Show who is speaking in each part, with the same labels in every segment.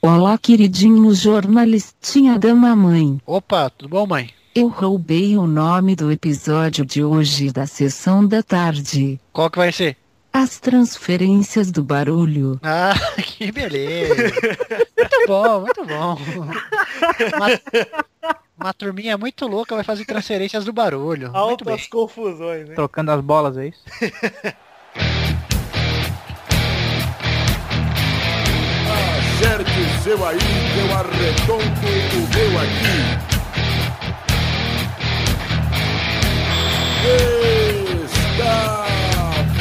Speaker 1: Olá, queridinho jornalistinha da mamãe.
Speaker 2: Opa, tudo bom, mãe?
Speaker 1: Eu roubei o nome do episódio de hoje da sessão da tarde.
Speaker 2: Qual que vai ser?
Speaker 1: As transferências do barulho.
Speaker 2: Ah, que beleza. muito bom, muito bom. Uma, uma turminha muito louca vai fazer transferências do barulho. Muito
Speaker 3: assim.
Speaker 4: Altas
Speaker 2: bem.
Speaker 4: confusões, né?
Speaker 5: Trocando as bolas, é isso?
Speaker 6: Acerte o seu aí, eu arredonto o meu aqui. Está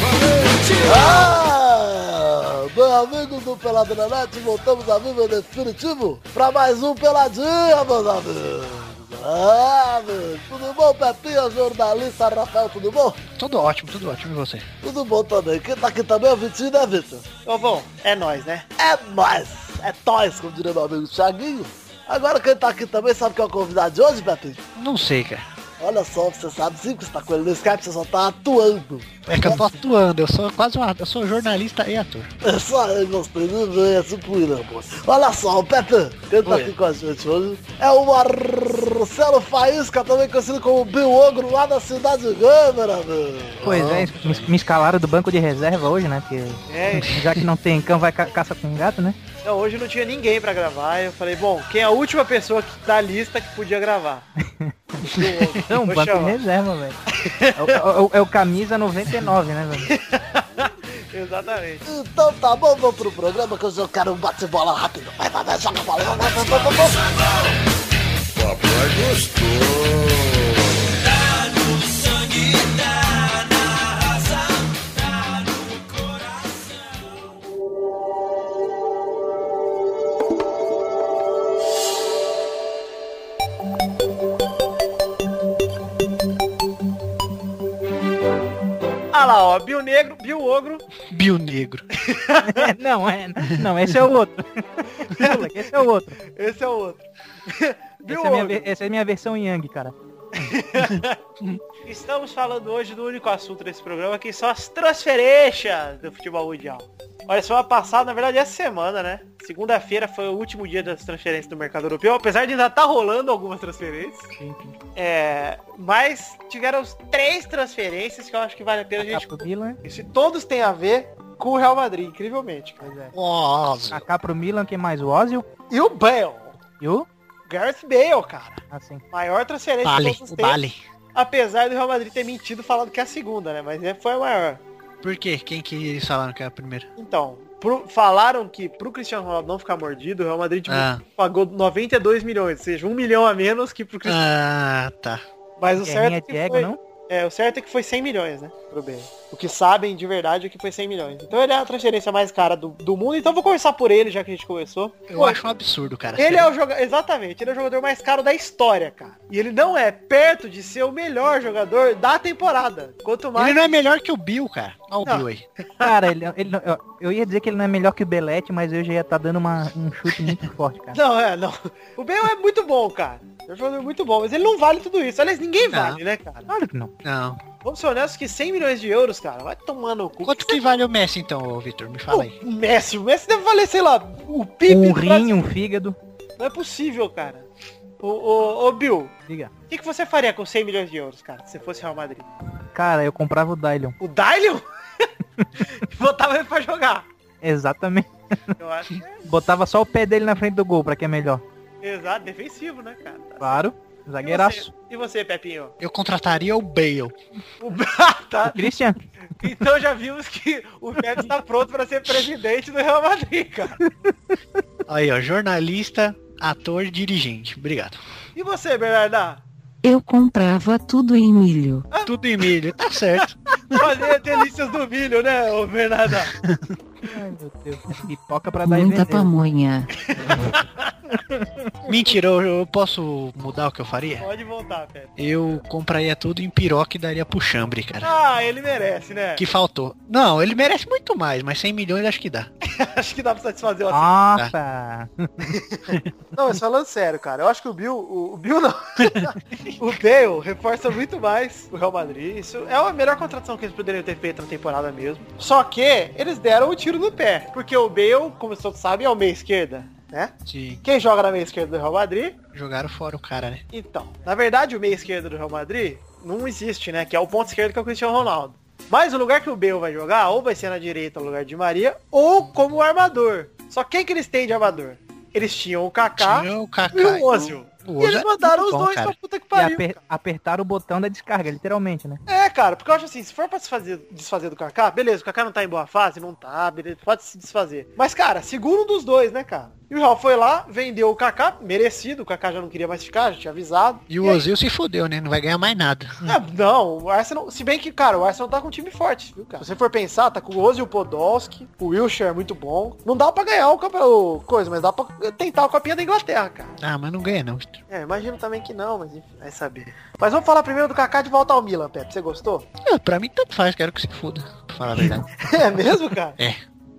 Speaker 6: valente!
Speaker 4: Ah, meu amigo do Pelado na Net, voltamos a vivo em definitivo pra mais um Peladinha, meus amigos. Ah, meu, tudo bom, Pepinha, jornalista Rafael, tudo bom?
Speaker 2: Tudo ótimo, tudo ótimo. E você?
Speaker 4: Tudo bom também. Quem tá aqui também é o Vitinho, né, Vitor? Ô, bom, é nós, né? É nós! É nós, como diria meu amigo Thiaguinho. Agora quem tá aqui também sabe quem é o convidado de hoje, Pepinho?
Speaker 2: Não sei, cara.
Speaker 4: Olha só, você sabe sim que você tá com ele no Skype, você só tá atuando.
Speaker 2: É que eu tô atuando, eu sou quase um ator, eu sou jornalista e ator.
Speaker 4: É só eu gostei de ver, é supoíra, pô. Olha só, o Pepe, quem tá
Speaker 2: Oi.
Speaker 4: aqui com a gente hoje é o Marcelo Faísca, também conhecido como Bill Ogro, lá da Cidade Gâmara, meu.
Speaker 5: Pois é, me, me escalaram do banco de reserva hoje, né? Porque
Speaker 3: É,
Speaker 5: já que não tem cão, vai ca- caça com gato, né?
Speaker 3: então hoje não tinha ninguém pra gravar. Eu falei, bom, quem é a última pessoa que da lista que podia gravar? Vou
Speaker 5: Não, Um banco
Speaker 3: chamar.
Speaker 5: de reserva, velho. É o- É, o- é o camisa 99, né, velho?
Speaker 3: Exatamente.
Speaker 4: Então tá bom, vamos pro programa que hoje eu quero um bate-bola rápido. Vai, vai, vai, joga a bola, vai, vai, vai, vai, vai, vai.
Speaker 6: Papai gostou.
Speaker 3: Ah lá, ó, Bill Negro, Bill Ogro,
Speaker 2: Bio Negro.
Speaker 5: Não, é. Não, esse é o outro. Esse é o outro.
Speaker 3: esse é o outro. Bill
Speaker 5: Essa é, minha,
Speaker 3: Ogro.
Speaker 5: ve- essa é minha versão Yang, cara.
Speaker 3: Estamos falando hoje do único assunto desse programa que são as transferências do futebol mundial. Olha, só a passada, na verdade, essa semana, né? Segunda-feira foi o último dia das transferências do mercado europeu, apesar de ainda estar rolando algumas transferências. É, mas tiveram três transferências que eu acho que vale a pena a gente
Speaker 5: Capro Milan.
Speaker 3: Esse todos têm a ver com o Real Madrid, incrivelmente. cara.
Speaker 2: Nossa.
Speaker 5: A Capro Milan, quem mais? O Ozil
Speaker 3: E o Bale.
Speaker 5: e o.
Speaker 3: Gareth Bale, cara.
Speaker 5: Assim.
Speaker 3: Maior transferência
Speaker 2: Bale,
Speaker 3: de todos
Speaker 2: o
Speaker 3: os tempos.
Speaker 2: Bale.
Speaker 3: Apesar do Real Madrid ter mentido falando que é a segunda, né? Mas é- foi a maior.
Speaker 2: Por quê? Quem que eles falaram que era a primeira?
Speaker 3: Então, pro- falaram que pro Cristiano Ronaldo não ficar mordido, o Real Madrid tipo,
Speaker 2: Ah.
Speaker 3: pagou 92 milhões, ou seja, um milhão a menos que pro Cristiano.
Speaker 2: Ah, tá.
Speaker 3: Mas o certo
Speaker 5: Guerrinha
Speaker 3: é que
Speaker 5: de ego,
Speaker 3: foi...
Speaker 5: não?
Speaker 3: É, o certo é que foi 100 milhões, né? Pro Bale. O que sabem de verdade é que foi 100 milhões. Então ele é a transferência mais cara do, do mundo. Então vou começar por ele, já que a gente começou.
Speaker 2: Eu
Speaker 3: Pô,
Speaker 2: acho um absurdo, cara.
Speaker 3: Ele é o jogador. Exatamente, ele é o jogador mais caro da história, cara. E ele não é perto de ser o melhor jogador da temporada. Quanto mais.
Speaker 2: Ele não é melhor que o Bill, cara. Olha o
Speaker 3: Não.
Speaker 2: Bill aí.
Speaker 5: Cara, ele, ele não- eu- eu ia dizer que ele não é melhor que o Belete, mas eu já ia estar dando uma- um chute muito forte, cara.
Speaker 3: Não, é, não. O Bale é muito bom, cara. É um jogador muito bom, mas ele não vale tudo isso. Aliás, ninguém
Speaker 2: Não.
Speaker 3: vale, né, cara?
Speaker 5: Claro que não.
Speaker 2: Não.
Speaker 3: Vamos ser honestos que 100 milhões de euros, cara, vai tomar no cu.
Speaker 2: Quanto que vale o Messi, então, ô, Vitor? Me fala aí.
Speaker 3: O Messi, o Messi deve valer, sei lá, o PIB do
Speaker 5: Um
Speaker 3: Brasil.
Speaker 5: rim, um fígado.
Speaker 3: Não é possível, cara. Ô, ô, ô Bill,
Speaker 5: Diga.
Speaker 3: o que, que você faria com 100 milhões de euros, cara, se fosse Real Madrid?
Speaker 5: Cara, eu comprava o Dylion.
Speaker 3: O Dailion? Botava ele pra jogar.
Speaker 5: Exatamente.
Speaker 3: Eu acho que é
Speaker 5: Botava só o pé dele na frente do gol, pra que é melhor.
Speaker 3: exato, defensivo, né, cara? Tá
Speaker 5: Claro. Zagueiraço.
Speaker 3: E você, Pepinho?
Speaker 2: Eu contrataria o Bale.
Speaker 3: O... Ah, tá.
Speaker 5: Christian,
Speaker 3: Então já vimos que o Pepe está pronto para ser presidente do Real Madrid, cara.
Speaker 2: Aí, ó. Jornalista, ator, dirigente. Obrigado.
Speaker 3: E você, Bernarda?
Speaker 1: Eu comprava tudo em milho.
Speaker 3: Ah.
Speaker 2: Tudo em milho. Tá certo.
Speaker 3: Fazer delícias do milho, né, ô Bernarda?
Speaker 5: Ai, meu Deus. É Pipoca pra dar e
Speaker 1: Muita
Speaker 5: vender.
Speaker 1: pamonha.
Speaker 2: Mentira, eu, eu posso mudar o que eu faria?
Speaker 3: Pode voltar, Pepe.
Speaker 2: Eu compraria tudo em piroca e daria pro chambre, cara.
Speaker 3: Ah, ele merece, né?
Speaker 2: Que faltou. Não, ele merece muito mais, mas 100 milhões acho que dá.
Speaker 3: Acho que dá pra satisfazer o É.
Speaker 5: Nossa!
Speaker 3: Ah. Não, mas falando sério, cara, eu acho que o Bill, o, o Bill não. o Bale reforça muito mais o Real Madrid. Isso é a melhor contratação que eles poderiam ter feito na temporada mesmo. Só que eles deram o tiro no pé, porque o Bale, como você sabe, é o meia esquerda. né?
Speaker 2: Sim.
Speaker 3: Quem joga na meia esquerda do Real Madrid?
Speaker 2: Jogaram fora o cara, né?
Speaker 3: Então, na verdade o meia esquerdo do Real Madrid não existe, né? Que é o ponto esquerdo que é o Cristiano Ronaldo. Mas o lugar que o Bale vai jogar, ou vai ser na direita no lugar de Maria, ou como armador. Só quem que eles têm de armador? Eles tinham o Kaká
Speaker 2: Tinha o
Speaker 3: Tá. e
Speaker 2: Kaká.
Speaker 3: o Ozil.
Speaker 2: O
Speaker 3: E
Speaker 2: Ozil
Speaker 3: eles
Speaker 2: é
Speaker 3: mandaram os
Speaker 2: muito bom,
Speaker 3: dois
Speaker 2: cara.
Speaker 3: pra puta que
Speaker 5: E
Speaker 3: pariu.
Speaker 5: aper- apertaram o botão da descarga, literalmente, né?
Speaker 3: É, cara, porque eu acho assim, se for pra se fazer, desfazer do Kaká, beleza, o Kaká não tá em boa fase, não tá, beleza, pode se desfazer. Mas, cara, segura um dos dois, né, cara? E o Real foi lá, vendeu o Kaká, merecido, o Kaká já não queria mais ficar, já tinha avisado.
Speaker 2: E o Ozil se fodeu, né? Não vai ganhar mais nada.
Speaker 3: É, não, o Arsenal, se bem que, cara, o Arsenal tá com um time forte, viu, cara? Se você for pensar, tá com o Ozzy e o Podolski, o Wilshere é muito bom. Não dá pra ganhar o campeonato, coisa, mas dá pra tentar a copinha da Inglaterra, cara.
Speaker 2: Ah, mas não ganha não.
Speaker 3: É, imagino também que não, mas enfim, vai saber. Mas vamos falar primeiro do Kaká de volta ao Milan, Pepe, você gostou?
Speaker 2: Ah, pra mim tanto faz, quero que se foda. Pra falar a verdade.
Speaker 3: É mesmo, cara?
Speaker 2: É.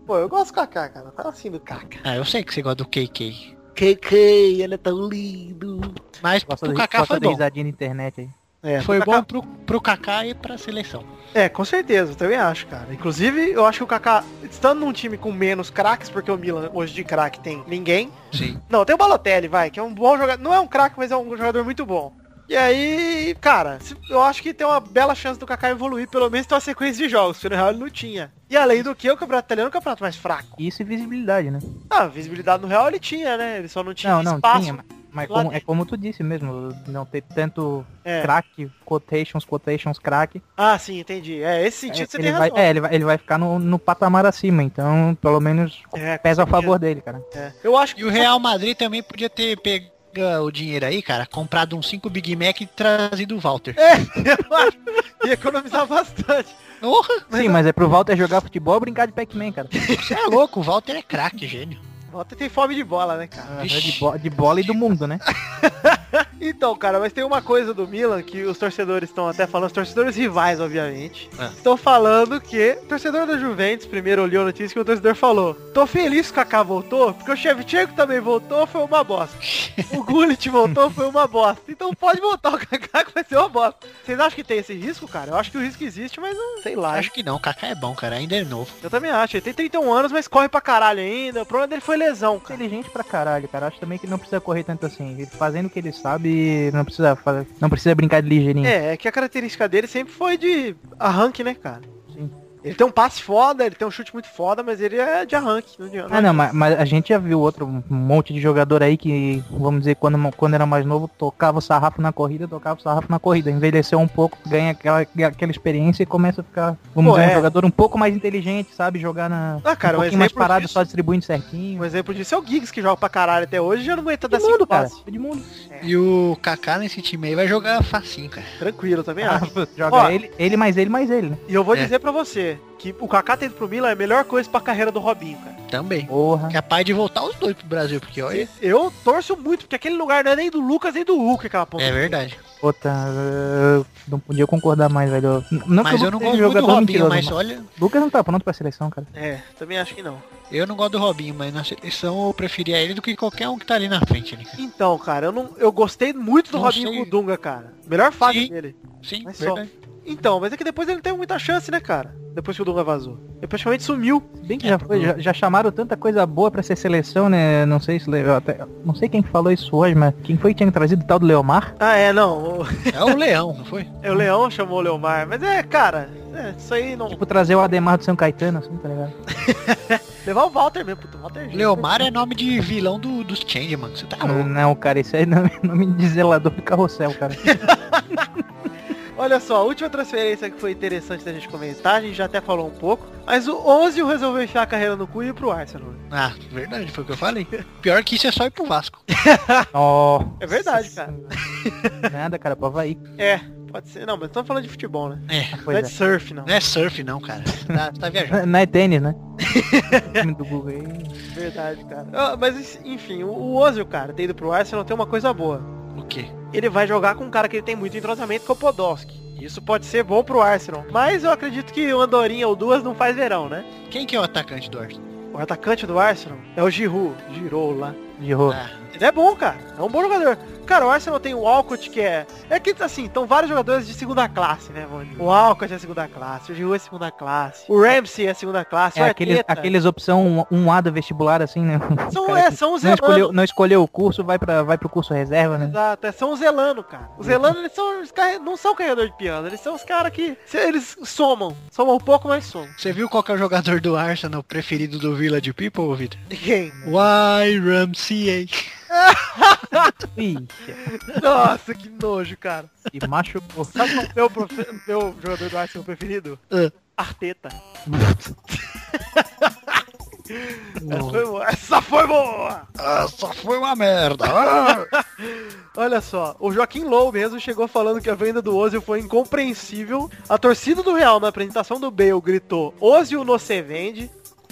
Speaker 3: Pô, eu gosto do Kaká, cara. Fala assim do Kaká.
Speaker 2: Ah, eu sei que você gosta do KK.
Speaker 4: KK, ele é tão lindo.
Speaker 2: Mas
Speaker 5: Gosta
Speaker 2: pro
Speaker 5: de-
Speaker 2: Kaká
Speaker 5: gosta
Speaker 2: foi
Speaker 5: de
Speaker 2: bom.
Speaker 5: risadinha na internet aí.
Speaker 3: É,
Speaker 2: Foi
Speaker 3: do Kaká-
Speaker 2: bom pro, pro Kaká e pra seleção.
Speaker 3: É, com certeza, eu também acho, cara. Inclusive, eu acho que o Kaká, estando num time com menos craques, porque o Milan hoje de craque tem ninguém.
Speaker 2: Sim.
Speaker 3: Não, tem o Balotelli, vai, que é um bom jogador. Não é um craque, mas é um jogador muito bom. E aí, cara, se- eu acho que tem uma bela chance do Kaká evoluir, pelo menos ter uma sequência de jogos, que no Real ele não tinha. E além do que, o Campeonato Italiano é um campeonato mais fraco.
Speaker 5: Isso e visibilidade, né?
Speaker 3: Ah, visibilidade no Real ele tinha, né? Ele só não tinha
Speaker 5: Não, não,
Speaker 3: espaço.
Speaker 5: tinha, mas- mas
Speaker 3: lá
Speaker 5: como, é como tu disse mesmo, não ter tanto
Speaker 3: É.
Speaker 5: craque, quotations, quotations, craque.
Speaker 3: Ah, sim, entendi. É, esse sentido você
Speaker 5: ele,
Speaker 3: tem
Speaker 5: vai,
Speaker 3: razão.
Speaker 5: é, ele, vai, ele vai ficar no, no patamar acima, então pelo menos
Speaker 3: É, com
Speaker 5: pesa a
Speaker 3: certeza.
Speaker 5: favor dele, cara.
Speaker 3: É. Eu acho que
Speaker 2: E o Real Madrid também podia ter pego o dinheiro aí, cara, comprado uns 5 Big Mac e trazido o Walter.
Speaker 5: É.
Speaker 3: eu acho que ia economizar bastante.
Speaker 2: Porra,
Speaker 5: Sim, mas é pro Walter jogar futebol ou brincar de Pac-Man, cara.
Speaker 2: você é louco, o Walter é craque, gênio.
Speaker 3: Volta tem fome de bola, né, cara?
Speaker 2: Vixe.
Speaker 5: Ah, tá De, bo- de bola e do mundo, né?
Speaker 3: Então, cara, mas tem uma coisa do Milan que os torcedores estão até falando, os torcedores rivais, obviamente,
Speaker 2: Ah.
Speaker 3: estão falando que o torcedor da Juventus primeiro olhou a notícia que o torcedor falou tô feliz que o Kaká voltou, porque o Shevchenko também voltou, foi uma bosta. o Gullit voltou, foi uma bosta. Então pode voltar o Kaká que vai ser uma bosta. Vocês acham que tem esse risco, cara? Eu acho que o risco existe, mas não sei lá.
Speaker 2: Acho que não, o Kaká é bom, cara, ainda é novo.
Speaker 3: Eu também acho. Ele tem 31 anos, mas corre pra caralho ainda. O problema dele foi lesão, cara.
Speaker 5: Inteligente pra caralho, cara. Acho também que ele não precisa correr tanto assim. Ele fazendo o que ele sabe, não precisa fazer, não precisa brincar de ligeirinho.
Speaker 3: É, é que a característica dele sempre foi de arranque, né, cara?
Speaker 5: Sim.
Speaker 3: Ele tem um passe foda, ele tem um chute muito foda, mas ele é de arranque. Não adianta.
Speaker 5: Ah não, mas, mas a gente já viu outro um monte de jogador aí que, vamos dizer, quando, quando era mais novo, tocava o sarrafo na corrida, tocava o sarrafo na corrida. Envelheceu um pouco, ganha aquela, aquela experiência e começa a ficar, vamos
Speaker 3: Pô,
Speaker 5: dizer,
Speaker 3: é.
Speaker 5: um jogador um pouco mais inteligente, sabe? Jogar na,
Speaker 3: Ah, cara,
Speaker 5: um
Speaker 3: um
Speaker 5: pouquinho mais
Speaker 3: exemplo
Speaker 5: parado,
Speaker 3: disso-
Speaker 5: só distribuindo
Speaker 3: Um
Speaker 5: certinho.
Speaker 3: exemplo disso é o Giggs, que joga pra caralho até hoje e já não aguenta dar
Speaker 5: de mundo,
Speaker 3: cinco
Speaker 5: cara.
Speaker 3: passes.
Speaker 5: De mundo.
Speaker 2: E o Kaká nesse time aí vai jogar facinho, cara.
Speaker 3: Tranquilo, também
Speaker 5: Ah,
Speaker 3: acho.
Speaker 5: Joga
Speaker 3: Ó.
Speaker 5: ele, ele mais ele mais ele, né?
Speaker 3: E eu vou
Speaker 2: É.
Speaker 3: dizer pra você que o Kaká ter ido pro Milan é a melhor coisa pra carreira do Robinho, cara.
Speaker 2: Também.
Speaker 5: Porra.
Speaker 2: Capaz de voltar os dois pro Brasil, porque olha,
Speaker 3: Eu torço muito, porque aquele lugar não é nem do Lucas nem do Hulk aquela ponta.
Speaker 2: é verdade.
Speaker 5: Puta, eu não podia concordar mais, velho. Não que
Speaker 2: Mas
Speaker 5: o
Speaker 2: eu não gosto
Speaker 5: Lucas seja
Speaker 2: muito do
Speaker 5: jogador
Speaker 2: Robinho,
Speaker 5: mentiroso,
Speaker 2: mas
Speaker 5: mas-
Speaker 2: olha,
Speaker 5: Lucas não tá pronto pra seleção, cara.
Speaker 3: É, também acho que não.
Speaker 2: eu não gosto do Robinho, mas na seleção eu preferia ele do que qualquer um que tá ali na frente, né, cara.
Speaker 3: Então, cara, eu, não, eu gostei muito do
Speaker 2: Não
Speaker 3: Robinho
Speaker 2: sei.
Speaker 3: Gudunga, cara. Melhor fase
Speaker 2: Sim.
Speaker 3: dele.
Speaker 2: Sim,
Speaker 3: Mas só.
Speaker 2: verdade.
Speaker 3: Então, mas é que depois ele não teve muita chance, né, cara? Depois que o Dunga vazou. Ele praticamente sumiu.
Speaker 5: Se bem que
Speaker 2: É,
Speaker 5: já, foi, já, já chamaram tanta coisa boa pra ser seleção, né? Não sei se eu até, não sei quem falou isso hoje, mas quem foi que tinha trazido o tal do Leomar?
Speaker 3: Ah, é, não. O,
Speaker 2: É o Leão, não foi?
Speaker 3: é, o Leão chamou o Leomar. Mas é, cara, é, isso aí não.
Speaker 5: Tipo, trazer o Ademar do São Caetano, assim, tá ligado?
Speaker 3: Levar o Walter mesmo, puto. Walter é gente.
Speaker 2: Leomar é nome de vilão do, dos Changeman, você tá
Speaker 5: Não,
Speaker 2: louco.
Speaker 5: cara, isso aí não é nome de zelador de carrossel, cara.
Speaker 3: Olha só, a última transferência que foi interessante da gente comentar, a gente já até falou um pouco. Mas o 11 resolveu enfiar a carreira no cu e ir pro Arsenal.
Speaker 2: Ah, verdade, foi o que eu falei. Pior que isso é só ir pro Vasco.
Speaker 5: Ó.
Speaker 3: É verdade, cara.
Speaker 5: Nada, cara, pro Havaí.
Speaker 3: É, pode ser. Não, mas estamos falando de futebol, né?
Speaker 2: É,
Speaker 3: não é
Speaker 5: Pois
Speaker 3: de surf, não.
Speaker 2: não é surf não, cara. Você tá, você tá viajando.
Speaker 5: é. Não é tênis, né? O time do Google aí.
Speaker 3: É Verdade, cara. Ah, mas enfim, o- o Ozil, cara, ter ido pro Arsenal tem uma coisa boa.
Speaker 2: O quê?
Speaker 3: ele vai jogar com um cara que ele tem muito entrosamento, que é o Podolski. Isso pode ser bom pro Arsenal. Mas eu acredito que uma andorinha ou duas não faz verão, né?
Speaker 2: Quem que é o atacante do Arsenal?
Speaker 3: O atacante do Arsenal é o Giroud. Giroud lá.
Speaker 5: Girou.
Speaker 2: Ah,
Speaker 3: Ele é bom, cara. É um bom jogador. Cara, o Arsenal tem o Alcott, que é... É que, assim, estão vários jogadores de segunda classe, né, mano? O Alcott é segunda classe, o Giroud é segunda classe, o Ramsey é segunda classe,
Speaker 5: É
Speaker 3: o
Speaker 5: aqueles,
Speaker 3: Arteta.
Speaker 5: aqueles opção 1A do vestibular, assim, né? O
Speaker 3: São,
Speaker 5: cara
Speaker 3: é,
Speaker 5: que
Speaker 3: são os
Speaker 5: não, escolheu,
Speaker 3: zelanos.
Speaker 5: não escolheu o curso, vai, pra, vai pro curso reserva, né?
Speaker 3: Exato, é, são os zelano, cara. Os zelano, eles são os carre- não são carregador de piano, eles são os caras que... se- Eles somam, somam um pouco, mas somam.
Speaker 2: Você viu qual que é o jogador do Arsenal preferido do Village People, Vitor?
Speaker 3: Quem?
Speaker 2: Why Ramsey?
Speaker 5: Ih,
Speaker 3: Nossa, que nojo, cara.
Speaker 5: se machucou.
Speaker 3: Sabe qual é o meu, profe- meu jogador do Arsenal preferido?
Speaker 2: Ah.
Speaker 3: Arteta. Essa foi boa. Essa foi boa!
Speaker 2: Essa foi uma merda. Ah!
Speaker 3: Olha só, o Joaquim Low mesmo chegou falando que a venda do Ozil foi incompreensível. A torcida do Real na apresentação do Bale gritou Ozil no se vende.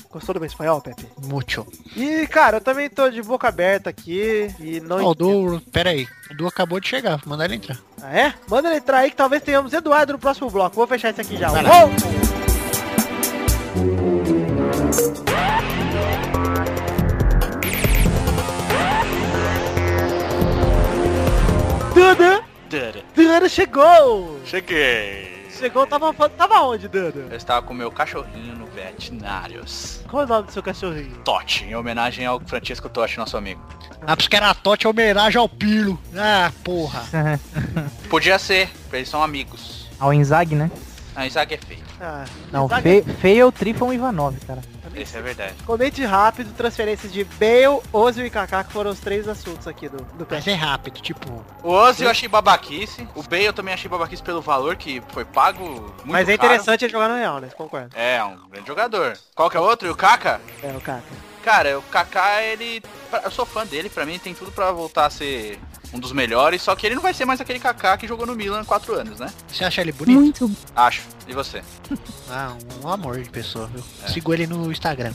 Speaker 3: Gostou do meu espanhol, Pepe?
Speaker 2: Mucho.
Speaker 3: E, cara, eu também tô de boca aberta aqui e não...
Speaker 2: Ó, o
Speaker 3: entendo.
Speaker 2: Du, pera aí. O Du acabou de chegar. Manda ele entrar.
Speaker 3: Ah, é? Manda ele entrar aí que talvez tenhamos Eduardo no próximo bloco. Vou fechar isso aqui já.
Speaker 2: Vai lá.
Speaker 3: Uou! Duda!
Speaker 7: Dana,
Speaker 3: Duda chegou!
Speaker 7: Cheguei.
Speaker 3: Chegou, tava, tava onde, Duda?
Speaker 7: Eu estava com meu cachorrinho no veterinários.
Speaker 3: Qual é o nome do seu cachorrinho?
Speaker 7: Totti, em homenagem ao Francisco Totti, nosso amigo.
Speaker 2: Ah, porque era a Totti é homenagem ao Pirlo. Ah, porra.
Speaker 7: Podia ser, porque eles são amigos.
Speaker 5: Ao Inzaghi, né?
Speaker 7: A Isaac é feio.
Speaker 3: Ah,
Speaker 5: Não,
Speaker 3: Zaga-
Speaker 5: fe, feio é o Trifon Ivanov, cara.
Speaker 7: Isso é verdade.
Speaker 3: Comente rápido, transferências de Bale, Ozil e Kaká, que foram os três assuntos aqui do, do
Speaker 2: Mas
Speaker 3: PES.
Speaker 2: é rápido, tipo...
Speaker 7: O Ozzy eu achei babaquice. O Bale eu também achei babaquice pelo valor que foi pago. Muito
Speaker 3: Mas é
Speaker 7: caro.
Speaker 3: interessante ele jogar no Real, né? Concordo.
Speaker 7: É, um grande jogador. Qual que é o outro? E o Kaká?
Speaker 3: É, o Kaká.
Speaker 7: Cara, o Kaká, ele... pra- Eu sou fã dele, pra mim tem tudo pra voltar a ser um dos melhores. Só que ele não vai ser mais aquele Kaká que jogou no Milan há 4 anos, né?
Speaker 2: Você acha ele bonito?
Speaker 1: Muito
Speaker 7: Acho. E você?
Speaker 2: Ah, um amor de pessoa, viu?
Speaker 7: É.
Speaker 2: Sigo ele no Instagram.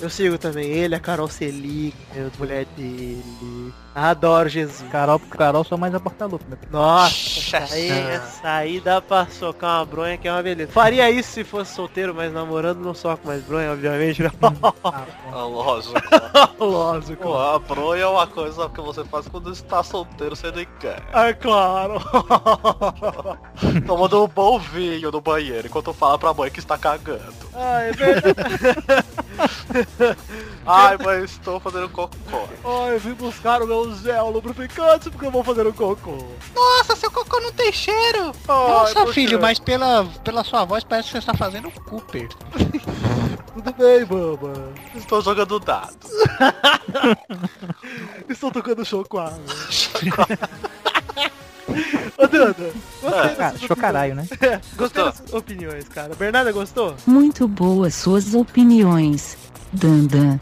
Speaker 3: Eu sigo também ele, a Carol Selic, a mulher dele. Adoro Jesus.
Speaker 5: Carol, Carol só mais a porta-lupa. né?
Speaker 3: Nossa, essa aí,
Speaker 7: Ah.
Speaker 3: essa aí dá pra socar uma bronha que é uma beleza. Faria isso se fosse solteiro, mas namorando não soco mais bronha, obviamente. Não.
Speaker 7: É Lógico.
Speaker 3: Lógico.
Speaker 7: a bronha é uma coisa que você faz quando está solteiro, você nem quer.
Speaker 3: É claro.
Speaker 7: Tomando um bom vinho no banheiro, enquanto fala pra mãe que está cagando.
Speaker 3: ah, é verdade.
Speaker 7: Ai, mãe, estou fazendo cocô.
Speaker 3: Oh, eu vim buscar o meu gel lubrificante porque eu vou fazer o cocô. é
Speaker 7: Nossa, seu cocô não tem cheiro!
Speaker 2: Nossa, filho, mas pela, pela sua voz parece que você está fazendo o Cooper.
Speaker 3: Tudo bem, baba.
Speaker 7: Estou jogando dado.
Speaker 3: Estou tocando chocoado. né? Ô, Duda, gostei
Speaker 5: Cara,
Speaker 3: dessas
Speaker 5: chocaralho, né?
Speaker 3: opiniões. Gostei das opiniões, cara. Bernarda, gostou?
Speaker 1: Muito boas suas opiniões. Dandan.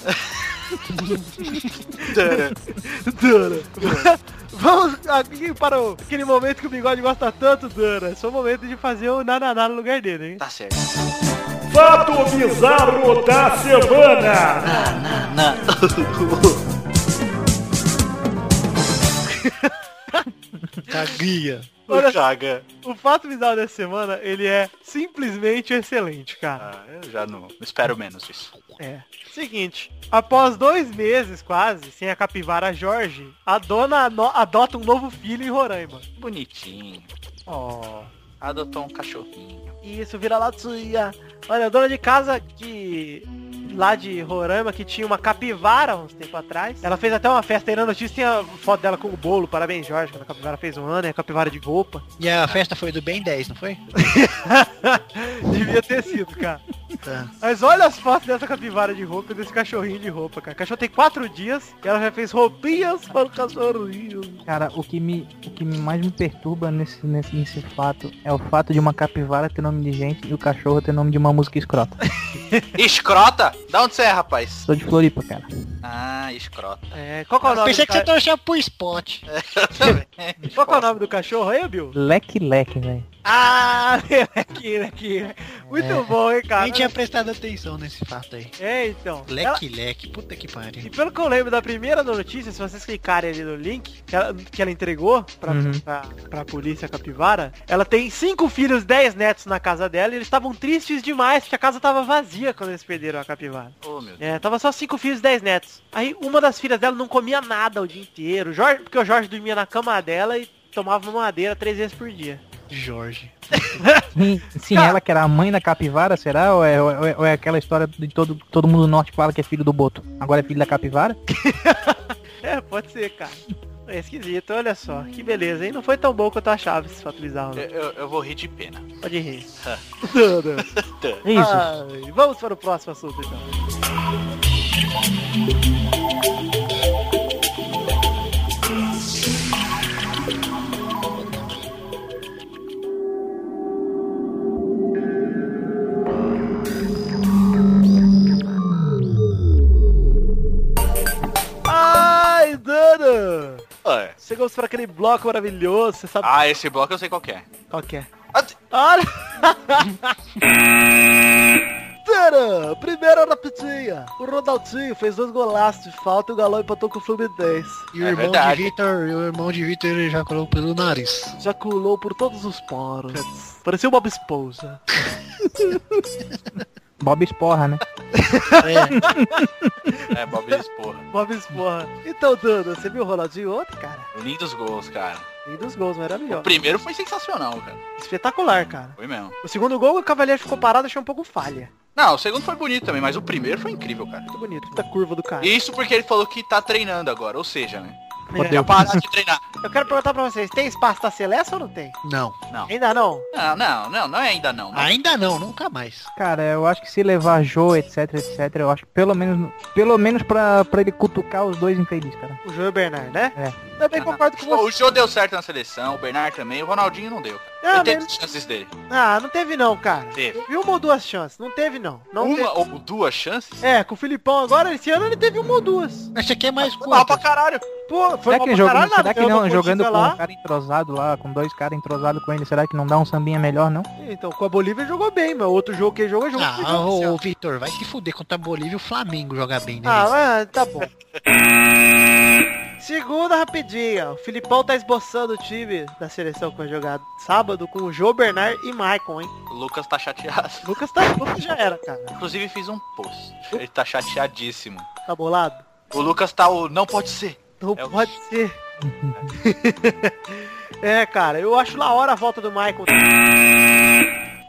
Speaker 7: É,
Speaker 3: Dana. Vamos aqui para o- aquele momento que o Bigode gosta tanto, Dana. É só o momento de fazer o nananá no lugar dele, hein?
Speaker 7: Tá certo.
Speaker 6: Fato bizarro da semana.
Speaker 7: Tá,
Speaker 2: Caguia.
Speaker 3: Olha
Speaker 7: Olha, Chaga.
Speaker 3: O fato bizarro dessa semana, ele é simplesmente excelente, cara.
Speaker 7: Ah, eu já não espero menos isso.
Speaker 3: É. Seguinte, após dois meses quase, sem a capivara Jorge, a dona ano- adota um novo filho em Roraima.
Speaker 7: Bonitinho.
Speaker 3: Ó.
Speaker 7: Adotou um cachorrinho.
Speaker 3: Isso, vira lá Tsuya. Olha, a dona de casa que. Lá de Roraima, que tinha uma capivara uns tempo atrás. Ela fez até uma festa aí na notícia, tem a foto dela com o bolo, parabéns Jorge, quando a capivara fez um ano, é a capivara de roupa.
Speaker 2: E a festa foi do Ben 10, não foi?
Speaker 3: Devia ter sido, cara.
Speaker 2: Tá.
Speaker 3: Mas olha as fotos dessa capivara de roupa e desse cachorrinho de roupa, cara. O cachorro tem quatro dias e ela já fez roupinhas para o cachorrinho.
Speaker 5: Cara, o que, me, o que me mais me perturba nesse, nesse, nesse fato é o fato de uma capivara ter nome de gente e o cachorro ter nome de uma música escrota.
Speaker 7: Escrota? Da onde você é, rapaz?
Speaker 5: Sou de Floripa, cara.
Speaker 7: Ah, escrota.
Speaker 3: É, qual que é o nome
Speaker 2: Ah, Pensei
Speaker 3: do
Speaker 2: que você
Speaker 3: ca-
Speaker 7: tá.
Speaker 2: torcia pro spot.
Speaker 3: Qual que é o nome do cachorro aí, Bill?
Speaker 5: Leque leque, velho.
Speaker 3: Ah, meu, é aqui, é aqui. Muito
Speaker 2: É.
Speaker 3: bom, hein, cara.
Speaker 2: Nem tinha prestado atenção nesse fato aí.
Speaker 3: É, então. Ela-
Speaker 2: Leque, leque, puta que
Speaker 3: E
Speaker 2: pariu.
Speaker 3: pelo que eu lembro da primeira notícia, se vocês clicarem ali no link que ela, que ela entregou pra,
Speaker 5: Uhum.
Speaker 3: pra, pra polícia capivara, ela tem cinco filhos, dez netos na casa dela e eles estavam tristes demais porque a casa tava vazia quando eles perderam a capivara.
Speaker 7: Ô, meu Deus.
Speaker 3: É, tava só cinco filhos, dez netos. Aí uma das filhas dela não comia nada o dia inteiro, O Jorge, porque o Jorge dormia na cama dela e tomava madeira três vezes por dia.
Speaker 2: Jorge.
Speaker 5: Sim, sim,
Speaker 3: Cara.
Speaker 5: ela que era a mãe da capivara, será? Ou é, ou é- ou é aquela história de todo, todo mundo do norte fala que é filho do Boto? Agora é filho da capivara?
Speaker 3: É, pode ser, cara. É esquisito, olha só. Que beleza, hein? Não foi tão bom quanto eu achava esse fato bizarro. né?
Speaker 7: Eu, eu- eu vou rir de pena.
Speaker 3: Pode rir.
Speaker 5: É Isso.
Speaker 3: Ai, vamos para o próximo assunto, então. Ai, Dana!
Speaker 7: Ah,
Speaker 3: Chegamos para aquele bloco maravilhoso, você sabe
Speaker 7: Ah, esse bloco eu sei qual que é.
Speaker 3: qual que é.
Speaker 7: Ah, t-
Speaker 3: Olha!
Speaker 4: Tcharam! Primeiro
Speaker 3: Rapitinha. O Ronaldinho fez dois golaços de falta e o Galão empatou com o Fluminense.
Speaker 2: E o
Speaker 7: É
Speaker 2: irmão
Speaker 7: verdade.
Speaker 2: de Vitor, e o irmão de Vitor ele já colou pelo nariz.
Speaker 3: Já culou por todos os poros. Parecia uma esposa.
Speaker 5: Bob Esporra, né?
Speaker 2: É,
Speaker 7: É, Bob Esporra.
Speaker 3: Bob Esponja. Então, Dana, você viu o Ronaldinho ontem, cara?
Speaker 7: Lindos gols, cara.
Speaker 3: Um dos gols,
Speaker 7: O
Speaker 3: maravilhoso.
Speaker 7: primeiro foi sensacional, cara.
Speaker 3: Espetacular, cara.
Speaker 7: Foi mesmo.
Speaker 3: O segundo gol, o Cavaleiro ficou parado, achei um pouco falha.
Speaker 7: Não, o segundo foi bonito também, mas o primeiro foi incrível, cara.
Speaker 3: Muito bonito, puta curva do cara.
Speaker 7: E Isso porque ele falou que tá treinando agora, ou seja, né?
Speaker 3: É.
Speaker 7: Já parar de treinar.
Speaker 3: Eu quero perguntar pra vocês, tem espaço da Celeste ou não tem?
Speaker 2: não.
Speaker 3: Ainda não?
Speaker 7: Não, não, não, não é ainda não. mas-
Speaker 2: Ainda não, nunca mais.
Speaker 5: Cara, eu acho que se levar Jô, etc, etc, eu acho que pelo menos, pelo menos pra, pra ele cutucar os dois infelizes, cara.
Speaker 3: O João Bernard, né?
Speaker 5: É.
Speaker 3: Também concordo com
Speaker 7: Pô,
Speaker 3: você.
Speaker 7: o Jô deu certo na seleção, o Bernard também, o Ronaldinho não deu.
Speaker 3: Ah,
Speaker 7: Ele teve
Speaker 3: mas-
Speaker 7: chances dele.
Speaker 3: Ah, não teve não, cara.
Speaker 7: Teve.
Speaker 3: E uma ou duas chances? Não teve não. não teve.
Speaker 7: Uma ou duas chances?
Speaker 3: É, com o Filipão agora, esse ano ele teve uma ou duas.
Speaker 2: Essa aqui é mais
Speaker 7: Foi mal
Speaker 2: curta.
Speaker 7: pra caralho.
Speaker 3: Pô, foi
Speaker 5: Será
Speaker 3: mal
Speaker 5: que,
Speaker 3: pra
Speaker 5: joga-
Speaker 3: caralho,
Speaker 5: será que
Speaker 3: ganhou
Speaker 5: não,
Speaker 3: da
Speaker 5: jogando
Speaker 3: Bolívia
Speaker 5: com
Speaker 3: lá.
Speaker 5: um cara entrosado lá, com dois caras entrosados com ele, será que não dá um sambinha melhor, não?
Speaker 3: Então, com a Bolívia jogou bem, mas outro jogo que ele jogou, ele jogou com
Speaker 2: Ah,
Speaker 3: o Bolívia.
Speaker 2: ô, ô Vitor, vai se fuder contra a Bolívia e o Flamengo joga bem, né?
Speaker 3: Ah, mas tá bom. Segunda rapidinha, o Filipão tá esboçando o time da seleção que vai jogar sábado com o João Bernard e Maicon, hein?
Speaker 7: O Lucas tá chateado.
Speaker 3: Lucas tá Lucas já era, cara.
Speaker 7: Inclusive fiz um post. Ele tá chateadíssimo.
Speaker 3: Tá bolado?
Speaker 7: O Lucas tá o não pode ser.
Speaker 3: Não
Speaker 7: É o-
Speaker 3: pode ser. é, cara, eu acho na hora a volta do Michael.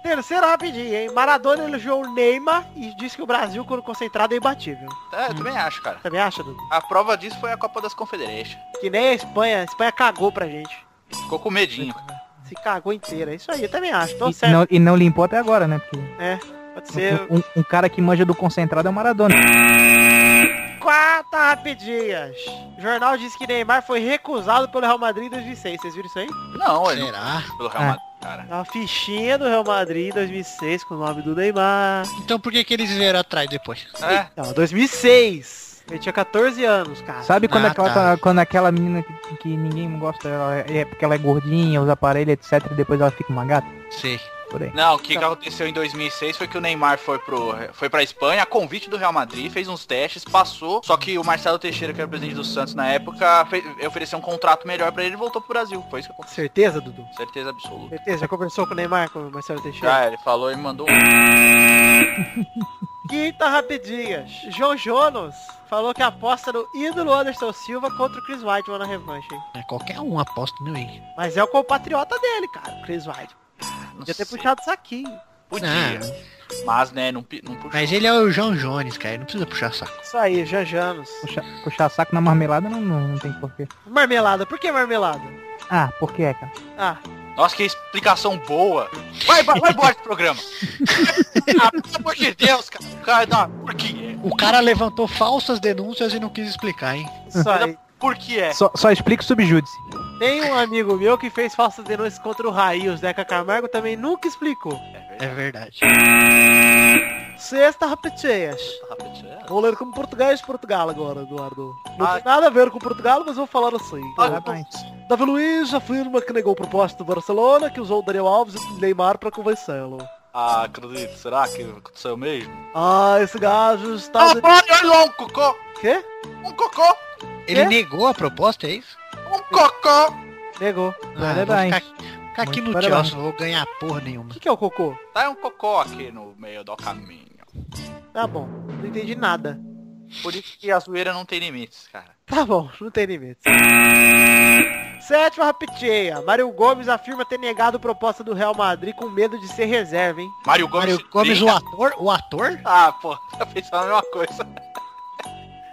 Speaker 3: Terceira rapidinha, hein? Maradona elogiou o Neymar e disse que o Brasil, quando concentrado, é imbatível.
Speaker 7: É, eu
Speaker 3: Hum.
Speaker 7: também acho, cara.
Speaker 3: Também acha, Dudu?
Speaker 7: A prova disso foi a Copa das Confederations.
Speaker 3: Que nem a Espanha. A Espanha cagou pra gente.
Speaker 7: Ficou com medinho. cara.
Speaker 3: Se cagou inteira. É Isso aí, eu também acho. Tô
Speaker 5: E
Speaker 3: certo.
Speaker 5: não, e não limpou até agora, né? Porque
Speaker 3: Pode ser.
Speaker 5: um, um- um cara que manja do concentrado é o Maradona.
Speaker 3: Quarta rapidinhas. O jornal disse que Neymar foi recusado pelo Real Madrid em 2006. Vocês viram isso aí?
Speaker 7: Não, ele não
Speaker 2: Será?
Speaker 7: pelo
Speaker 3: É.
Speaker 7: Real Madrid, cara.
Speaker 3: Uma fichinha do Real Madrid em 2006 com o nome do Neymar.
Speaker 2: Então por que, que eles vieram atrás depois?
Speaker 7: É,
Speaker 3: Não, 2006. Ele tinha 14 anos, cara.
Speaker 5: Sabe quando,
Speaker 2: Ah,
Speaker 5: aquela,
Speaker 2: tá.
Speaker 5: quando aquela menina que, que ninguém gosta, ela é porque ela é gordinha, usa aparelho, etc, e depois ela fica uma gata?
Speaker 2: Sei.
Speaker 5: Por aí.
Speaker 7: Não, o que,
Speaker 3: Então.
Speaker 7: que aconteceu em 2006 foi que o Neymar foi, pro, foi pra Espanha, a convite do Real Madrid, fez uns testes, passou. Só que o Marcelo Teixeira, que era o presidente do Santos na época, fe- ofereceu um contrato melhor pra ele e voltou pro Brasil. Foi isso que aconteceu.
Speaker 3: Certeza, Dudu?
Speaker 7: Certeza absoluta.
Speaker 3: Certeza. Já conversou com o Neymar, com o Marcelo Teixeira?
Speaker 7: Já, ele falou e mandou. um.
Speaker 3: Quinta rapidinhas. João Jonas falou que aposta no ídolo Anderson Silva contra o Chris Weidman na revanche. hein?
Speaker 2: É, qualquer um aposta no Wing.
Speaker 3: Mas é o compatriota dele, cara, o Chris Weidman.
Speaker 7: Não
Speaker 3: Podia ter
Speaker 7: sei,
Speaker 3: puxado Ah. isso aqui.
Speaker 7: Podia. Mas, né, não, pi- não puxou.
Speaker 2: Mas ele é o João Jones, cara. Ele não precisa puxar saco.
Speaker 3: Isso aí, Jean Janos.
Speaker 5: Puxar, puxar saco na marmelada não, não, não tem porquê.
Speaker 3: Marmelada, por que marmelada?
Speaker 5: Ah, por que é, cara?
Speaker 3: Ah,
Speaker 7: Nossa, que explicação boa. Vai, vai, vai embora do programa. ah, pelo amor de Deus, cara. cara não, por que?
Speaker 2: O cara levantou falsas denúncias e não quis explicar, hein?
Speaker 3: isso Tá aí.
Speaker 7: Por que é?
Speaker 5: Só, só explica o subjúdice.
Speaker 3: Tem um amigo meu que fez falsas denúncias contra o Raí, o Zeca Camargo também nunca explicou.
Speaker 2: É verdade.
Speaker 3: Sexta rapidinhas. Vou ler como português de Portugal agora, Eduardo. Não tem nada a ver com Portugal, mas vou falar assim.
Speaker 7: Ah,
Speaker 5: Parabéns.
Speaker 3: Davi Luiz afirma que negou proposta do Barcelona, que usou o Daniel Alves e Neymar pra convencê-lo.
Speaker 7: Ah, acredito. Será que aconteceu mesmo?
Speaker 3: Ah, esse gajo
Speaker 2: Tá
Speaker 3: está...
Speaker 7: Ah, olha, olha lá um cocô.
Speaker 3: Quê?
Speaker 7: Um cocô.
Speaker 2: Ele
Speaker 3: Quê?
Speaker 2: negou a proposta, é isso?
Speaker 7: Um cocô.
Speaker 3: Negou.
Speaker 2: Ah, vou
Speaker 5: Parabéns.
Speaker 2: ficar, ficar aqui
Speaker 5: Muito
Speaker 2: no
Speaker 5: parabéns.
Speaker 2: Chelsea, não vou ganhar porra nenhuma.
Speaker 3: O que, que é o cocô?
Speaker 7: Tá um cocô aqui no meio do caminho.
Speaker 3: Tá bom, não entendi nada.
Speaker 7: Por isso que a zoeira não tem limites, cara.
Speaker 3: Tá bom, não tem limites. Sétima rapidinha. Mário Gomes afirma ter negado proposta do Real Madrid com medo de ser reserva, hein?
Speaker 7: Mário Gomes...
Speaker 2: Mário Gomes, o
Speaker 7: Briga.
Speaker 2: ator, o ator?
Speaker 7: Ah, pô, tá pensando a mesma coisa.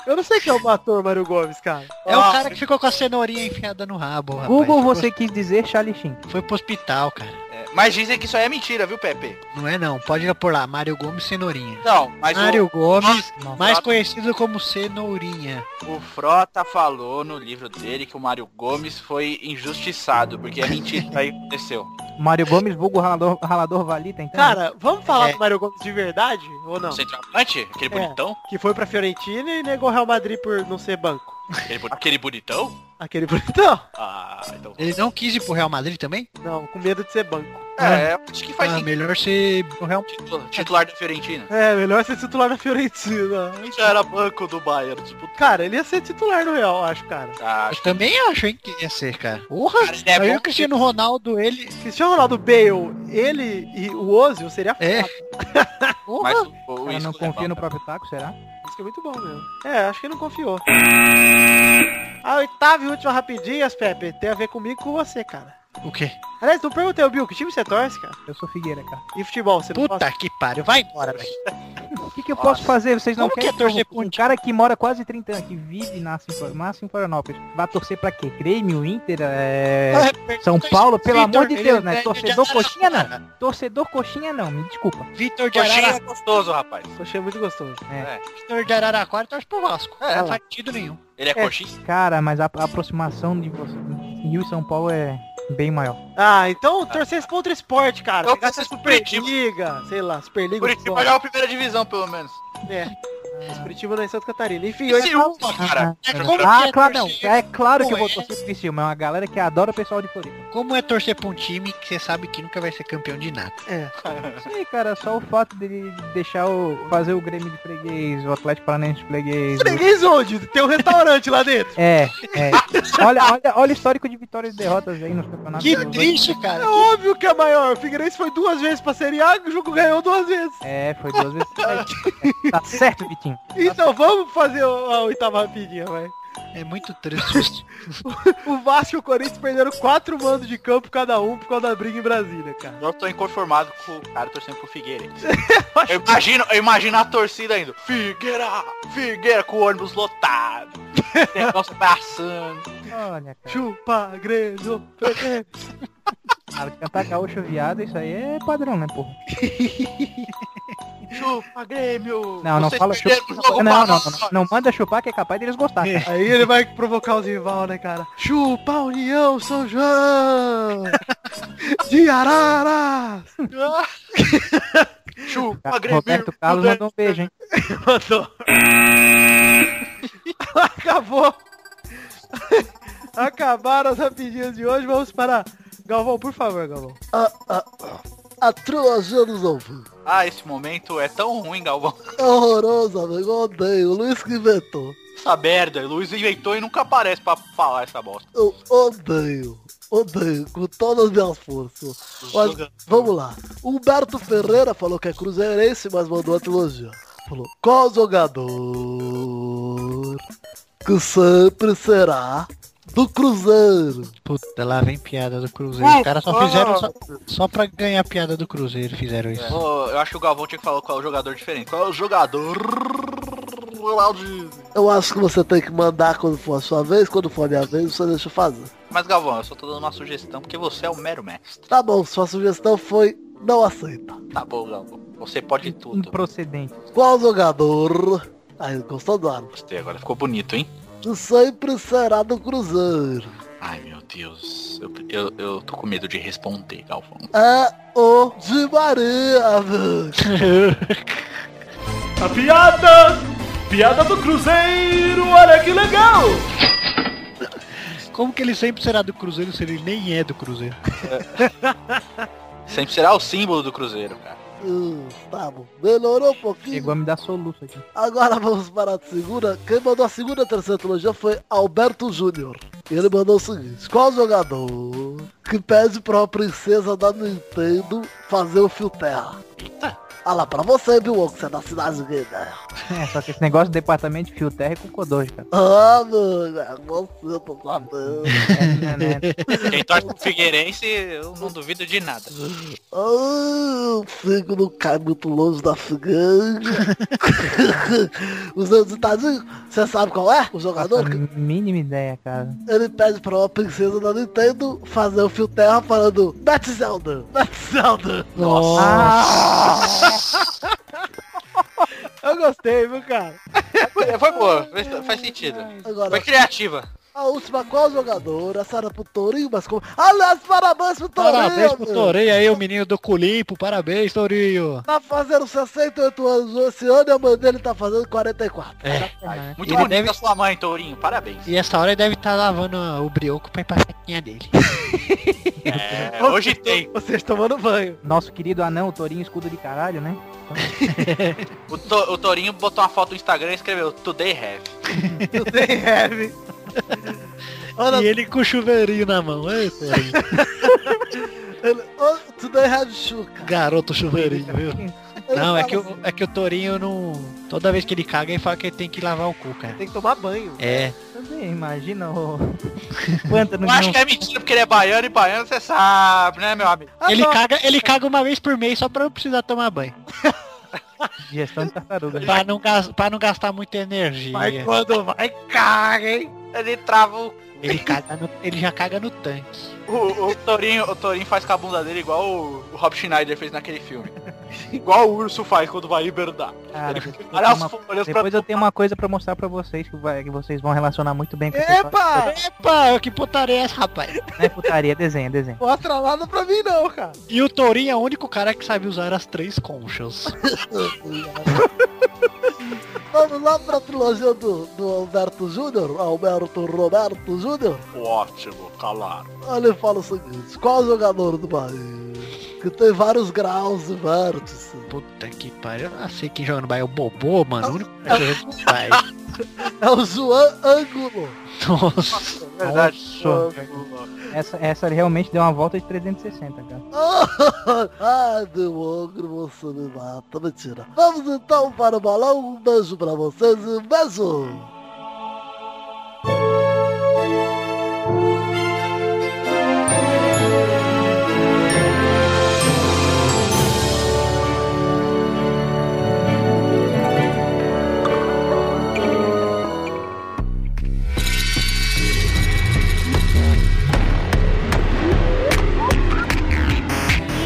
Speaker 3: Eu não sei quem é o ator Mário Gomes, cara.
Speaker 2: É o
Speaker 7: Ah.
Speaker 2: cara que ficou com a cenourinha enfiada no rabo, rapaz.
Speaker 5: Google,
Speaker 2: Foi
Speaker 5: você quis dizer Charlie
Speaker 2: pro- Foi pro hospital, cara.
Speaker 7: É, mas dizem que isso aí é mentira, viu, Pepe?
Speaker 2: Não é não, pode pôr lá, Mário Gomes Cenourinha.
Speaker 7: Não, mas o-
Speaker 2: Mário Gomes,
Speaker 5: Nossa.
Speaker 2: mais conhecido como Cenourinha.
Speaker 7: o, Frota falou no livro dele que o Mário Gomes foi injustiçado, porque é mentira isso aí aconteceu.
Speaker 5: Mário Gomes, vulgo ralador, ralador valita, então.
Speaker 3: Cara, vamos falar
Speaker 2: É.
Speaker 3: do Mário Gomes de verdade ou não?
Speaker 7: O centroavante? Aquele bonitão?
Speaker 3: Que foi pra Fiorentina e negou o Real Madrid por não ser banco.
Speaker 7: Aquele, bu- aquele bonitão?
Speaker 3: Aquele bonitão.
Speaker 7: Ah, então...
Speaker 2: Ele não quis ir pro Real Madrid também?
Speaker 3: Não, com medo de ser banco.
Speaker 7: É, acho que faz
Speaker 2: Ah,
Speaker 7: sentido.
Speaker 2: melhor ser o Real
Speaker 7: Titular, titular da Fiorentina.
Speaker 3: É, melhor ser titular na Fiorentina.
Speaker 7: Já era banco do Bayern, tipo...
Speaker 3: Cara, ele ia ser titular no Real, acho, cara.
Speaker 7: Ah,
Speaker 2: Eu também acho, hein, que ia ser, cara. Porra!
Speaker 7: Cara, ele é
Speaker 2: aí
Speaker 7: bom
Speaker 2: o Cristiano Ronaldo, ele...
Speaker 3: Cristiano Ronaldo Bale, ele e o Ozil seria foda.
Speaker 2: É.
Speaker 7: que-
Speaker 2: Porra!
Speaker 7: mas o, o
Speaker 5: Cara, não
Speaker 7: Isco é
Speaker 5: confia
Speaker 7: bom,
Speaker 5: no
Speaker 7: cara.
Speaker 5: próprio taco, será?
Speaker 3: Isso que é muito bom mesmo. É, acho que ele não confiou. A oitava e última rapidinhas, Pepe, tem a ver comigo e com você, cara.
Speaker 2: O quê?
Speaker 3: Aliás, não perguntei, Bill, que time você torce, cara?
Speaker 5: Eu sou Figueira, cara.
Speaker 3: E futebol, você não
Speaker 2: Puta que pariu, vai embora, velho.
Speaker 5: O que, que eu posso fazer? Vocês não
Speaker 2: Como que
Speaker 5: querem
Speaker 2: é torcer
Speaker 5: que
Speaker 2: pro
Speaker 5: eu- um
Speaker 2: time?
Speaker 5: cara que mora quase 30 anos, que vive e nasce em, Flor- nasce em Florianópolis, vai torcer pra quê? Grêmio, Inter, é...
Speaker 2: Ah,
Speaker 5: São Paulo, pelo amor de
Speaker 2: é
Speaker 5: Deus, né? Torcedor coxinha né? não. Torcedor coxinha não, me desculpa.
Speaker 2: Vitor de
Speaker 7: Coxinha é
Speaker 2: Araraquara,
Speaker 7: gostoso, rapaz.
Speaker 3: torce? Achei é muito gostoso.
Speaker 2: Vitor de Araraquara torce pro Vasco.
Speaker 7: É,
Speaker 2: não
Speaker 7: lá.
Speaker 2: faz sentido nenhum.
Speaker 7: Ele é, coxinha?
Speaker 5: Cara, mas a, a aproximação de você- Rio e São Paulo é bem maior.
Speaker 3: Ah, então torcer contra o esporte, cara.
Speaker 7: Eu
Speaker 3: Pegar essa
Speaker 7: torço pro
Speaker 3: Superliga, sei lá, Superliga.
Speaker 7: Curitiba já é a primeira divisão, pelo menos.
Speaker 3: é. Curitiba não é em Santa Catarina. Enfim,
Speaker 7: Esse
Speaker 3: oitava...
Speaker 7: uma, cara.
Speaker 2: É
Speaker 5: Ah,
Speaker 2: como que
Speaker 5: ah,
Speaker 2: é
Speaker 5: claro, não.
Speaker 2: torcer?
Speaker 5: É claro que eu
Speaker 2: Como
Speaker 5: vou
Speaker 2: é?
Speaker 5: torcer pro Criciúma. É uma galera que adora o pessoal de Floripa.
Speaker 2: Como é torcer pra um time que você sabe que nunca vai ser campeão de nada?
Speaker 5: Isso aí, cara. Só o fato dele deixar o... Fazer o Grêmio de freguês, o Atlético Paranaense de freguês. o-
Speaker 3: Freguês onde? Tem um restaurante lá dentro.
Speaker 5: É, é. Olha, olha, olha o histórico de vitórias e derrotas aí nos campeonatos.
Speaker 2: Que
Speaker 5: Nos dois-
Speaker 2: triste,
Speaker 3: É
Speaker 2: cara.
Speaker 3: óbvio que é maior. O Figueirense foi duas vezes pra Série A e o jogo ganhou duas vezes.
Speaker 5: É, foi duas vezes. É, tá certo, Vitinho.
Speaker 3: Então vamos fazer o- a oitava rapidinha, vai.
Speaker 2: É muito triste.
Speaker 3: O Vasco e o Corinthians perderam quatro mandos de campo cada um por causa da briga em Brasília, cara.
Speaker 7: Eu tô inconformado com o cara torcendo pro Figueira. Eu imagino, eu imagino a torcida indo. Figueira! Figueira com o ônibus lotado. Nossa, abraçando.
Speaker 5: Olha, cara.
Speaker 3: Chupa, Grêmio.
Speaker 5: cara, Cantar gaúcho viado, isso aí é padrão, né, porra?
Speaker 7: Chupa, Grêmio!
Speaker 5: Não, não
Speaker 7: Vocês
Speaker 5: fala
Speaker 7: perderam
Speaker 5: chupa.
Speaker 7: o jogo pra
Speaker 5: Não, não, não,
Speaker 7: nós.
Speaker 5: não, não manda chupar que é capaz deles gostar, cara.
Speaker 3: Aí ele vai provocar os rival, né, cara? Chupa, União, São João. De Araras.
Speaker 7: Ah. Chupa,
Speaker 5: Ca-
Speaker 7: Grêmio!
Speaker 5: Roberto Carlos mandou um beijo, hein?
Speaker 3: Mandou. Acabou. Acabaram as rapidinhas de hoje. Vamos para... Galvão, por favor, Galvão.
Speaker 4: A, a, a trilogia dos ouvintes.
Speaker 7: Ah, esse momento é tão ruim, Galvão.
Speaker 4: É horroroso, amigo. Eu odeio. O Luiz que inventou.
Speaker 7: Essa merda. Luiz inventou e nunca aparece pra falar essa bosta.
Speaker 4: Eu odeio. Odeio. Com todas as minhas forças. Mas, vamos lá. Humberto Ferreira falou que é cruzeirense, mas mandou a trilogia. Falou, qual jogador que sempre será do Cruzeiro?
Speaker 2: Puta, lá vem piada do Cruzeiro. Os caras só fizeram só, só pra ganhar piada do Cruzeiro, fizeram isso.
Speaker 7: Ô, eu acho que o Galvão tinha que falar qual é o jogador diferente. Qual é o jogador? lá de-
Speaker 4: Eu acho que você tem que mandar quando for a sua vez, quando for a minha vez, você deixa eu fazer.
Speaker 7: Mas Galvão, eu só tô dando uma sugestão porque você é o mero mestre.
Speaker 4: Tá bom, sua sugestão foi não aceita.
Speaker 7: Tá bom, Galvão. Você pode
Speaker 2: um
Speaker 7: tudo.
Speaker 5: Improcedente.
Speaker 4: Qual jogador? Aí gostou do ar.
Speaker 7: Gostei agora, ficou bonito, hein?
Speaker 4: Que sempre será do Cruzeiro.
Speaker 7: Ai meu Deus, eu, eu, eu tô com medo de responder, Galvão.
Speaker 4: É o de Maria, velho.
Speaker 3: A piada! Piada do Cruzeiro, olha que legal!
Speaker 2: Como que ele sempre será do Cruzeiro se ele nem é do Cruzeiro?
Speaker 7: Sempre será o símbolo do Cruzeiro, cara.
Speaker 4: Hum, tá bom. Melhorou um pouquinho.
Speaker 5: Chegou a me dar soluço aqui.
Speaker 4: Agora vamos para a segunda. Quem mandou a segunda e a terceira trilogia foi Alberto Júnior. E Ele mandou o seguinte, qual jogador que pede pra uma princesa da Nintendo fazer o fio terra? Ah lá, pra você, Bill, que você é da cidade gay, né?
Speaker 5: É, só que esse negócio de departamento de fio terra é com Kodoji, cara.
Speaker 4: Ah, mano, é você, eu tô sabendo.
Speaker 5: É, né, né?
Speaker 7: Quem torce pro Figueirense, eu não duvido de nada.
Speaker 4: Ah, o figo não cai muito longe da figanga. Usando ditadinho, você sabe qual é o jogador?
Speaker 5: Faço a mínima ideia, cara.
Speaker 4: Ele pede pra uma princesa da Nintendo fazer o fio terra falando Bat Zelda, Bat Zelda. Ah,
Speaker 8: Eu gostei, viu, cara?
Speaker 7: Foi, foi boa, fez- faz sentido. Foi
Speaker 4: Agora,
Speaker 7: criativa.
Speaker 4: a última, qual jogador? A senhora pro Torinho, mas como... Aliás, parabéns pro Torinho!
Speaker 2: Parabéns pro
Speaker 4: meu.
Speaker 2: Torinho aí, o menino do Culimpo. Parabéns, Torinho.
Speaker 4: Tá fazendo 68 anos esse ano e a mãe dele tá fazendo 44.
Speaker 2: É.
Speaker 7: Muito
Speaker 2: Ele
Speaker 7: bonita
Speaker 2: deve-
Speaker 7: a sua mãe, Tourinho. Parabéns.
Speaker 2: E essa hora ele deve estar lavando o brioco pra ir pra saquinha dele.
Speaker 7: É, hoje tem.
Speaker 8: Vocês tomando banho.
Speaker 5: Nosso querido anão, Torinho, escudo de caralho, né?
Speaker 7: O, to, o Tourinho botou uma foto no Instagram e escreveu Today Have.
Speaker 4: Olha,
Speaker 2: E ele com o chuveirinho na mão. Ei, Torinho.
Speaker 4: ele... Oh, today have chuca.
Speaker 2: Garoto chuveirinho, viu?
Speaker 4: Ele
Speaker 2: Não, é
Speaker 4: fala
Speaker 2: que, o,
Speaker 4: assim,
Speaker 2: é que o Torinho não. Toda vez que ele caga, ele fala que ele tem que lavar o cu, cara.
Speaker 8: Tem que tomar banho.
Speaker 2: É.
Speaker 5: Também, imagina o... um Quanta no
Speaker 7: Eu acho que é mentira porque ele é baiano e baiano você sabe, né, meu amigo?
Speaker 2: Ele caga, ele caga uma vez por mês só pra não precisar tomar banho.
Speaker 5: Gestão de tartaruga.
Speaker 2: Pra não, gas- pra não gastar muita energia.
Speaker 8: Mas quando vai, caga, hein?
Speaker 7: Ele trava o.
Speaker 2: Ele, caga no- ele já caga no tanque.
Speaker 7: O, o Tourinho, o Tourinho faz com a bunda dele igual o, o Rob Schneider fez naquele filme. igual o urso faz quando vai hibernar.
Speaker 5: Cara,
Speaker 7: Ele-
Speaker 5: depois eu
Speaker 7: Olha
Speaker 5: tenho
Speaker 7: as
Speaker 5: uma-
Speaker 7: folhas pra
Speaker 5: Depois eu tenho uma coisa pra mostrar pra vocês que, vai- que vocês vão relacionar muito bem com
Speaker 3: É,
Speaker 5: essa história.
Speaker 8: Epa!
Speaker 2: Epa, que putaria é essa, rapaz?
Speaker 5: Não é putaria, é desenho, é desenho.
Speaker 8: Mostra nada pra mim não, cara.
Speaker 2: E o Tourinho é o único cara que sabe usar as três conchas.
Speaker 4: Vamos lá pra trilogia do, do Alberto Júnior, Alberto Roberto Júnior.
Speaker 7: Ótimo, calar.
Speaker 4: Olha, ele fala o seguinte, qual jogador do Bahia que tem vários graus e vértices?
Speaker 2: Puta que pariu. Eu não sei quem joga no Bahia é o Bobô, mano. O único cara que joga no Bahia.
Speaker 4: É o João Ângulo.
Speaker 2: Nossa.
Speaker 7: Verdade.
Speaker 5: Essa, essa realmente deu uma volta de 360, cara.
Speaker 4: Ai, meu ogro, você me mata. Mentira. Vamos então para o balão. Um beijo pra vocês e um beijo.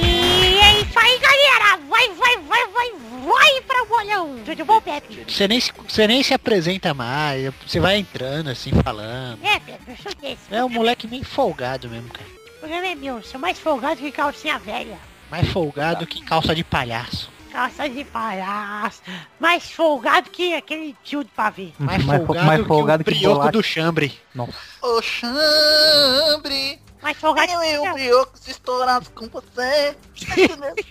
Speaker 9: E é isso aí, galera! Vai, vai, vai, vai, vai pra bolão! Tudo bom, Pepe?
Speaker 2: Você nem, se- você nem se apresenta mais. Você vai entrando assim, falando.
Speaker 9: É, Pepe, eu sou desse.
Speaker 2: É um moleque meio folgado mesmo, cara.
Speaker 9: O problema é meu, sou mais folgado que calcinha velha.
Speaker 2: Mais folgado que calça de palhaço.
Speaker 9: Calça de palhaço. Mais folgado que aquele tio de pavê.
Speaker 2: Mais
Speaker 5: Uhum. Mais fo-
Speaker 2: folgado,
Speaker 5: mais folgado
Speaker 2: que
Speaker 5: que
Speaker 2: o brioco
Speaker 5: bolacha.
Speaker 2: do chambre.
Speaker 7: O chambre,
Speaker 9: Mais folgado que...
Speaker 7: brioco estourado com você.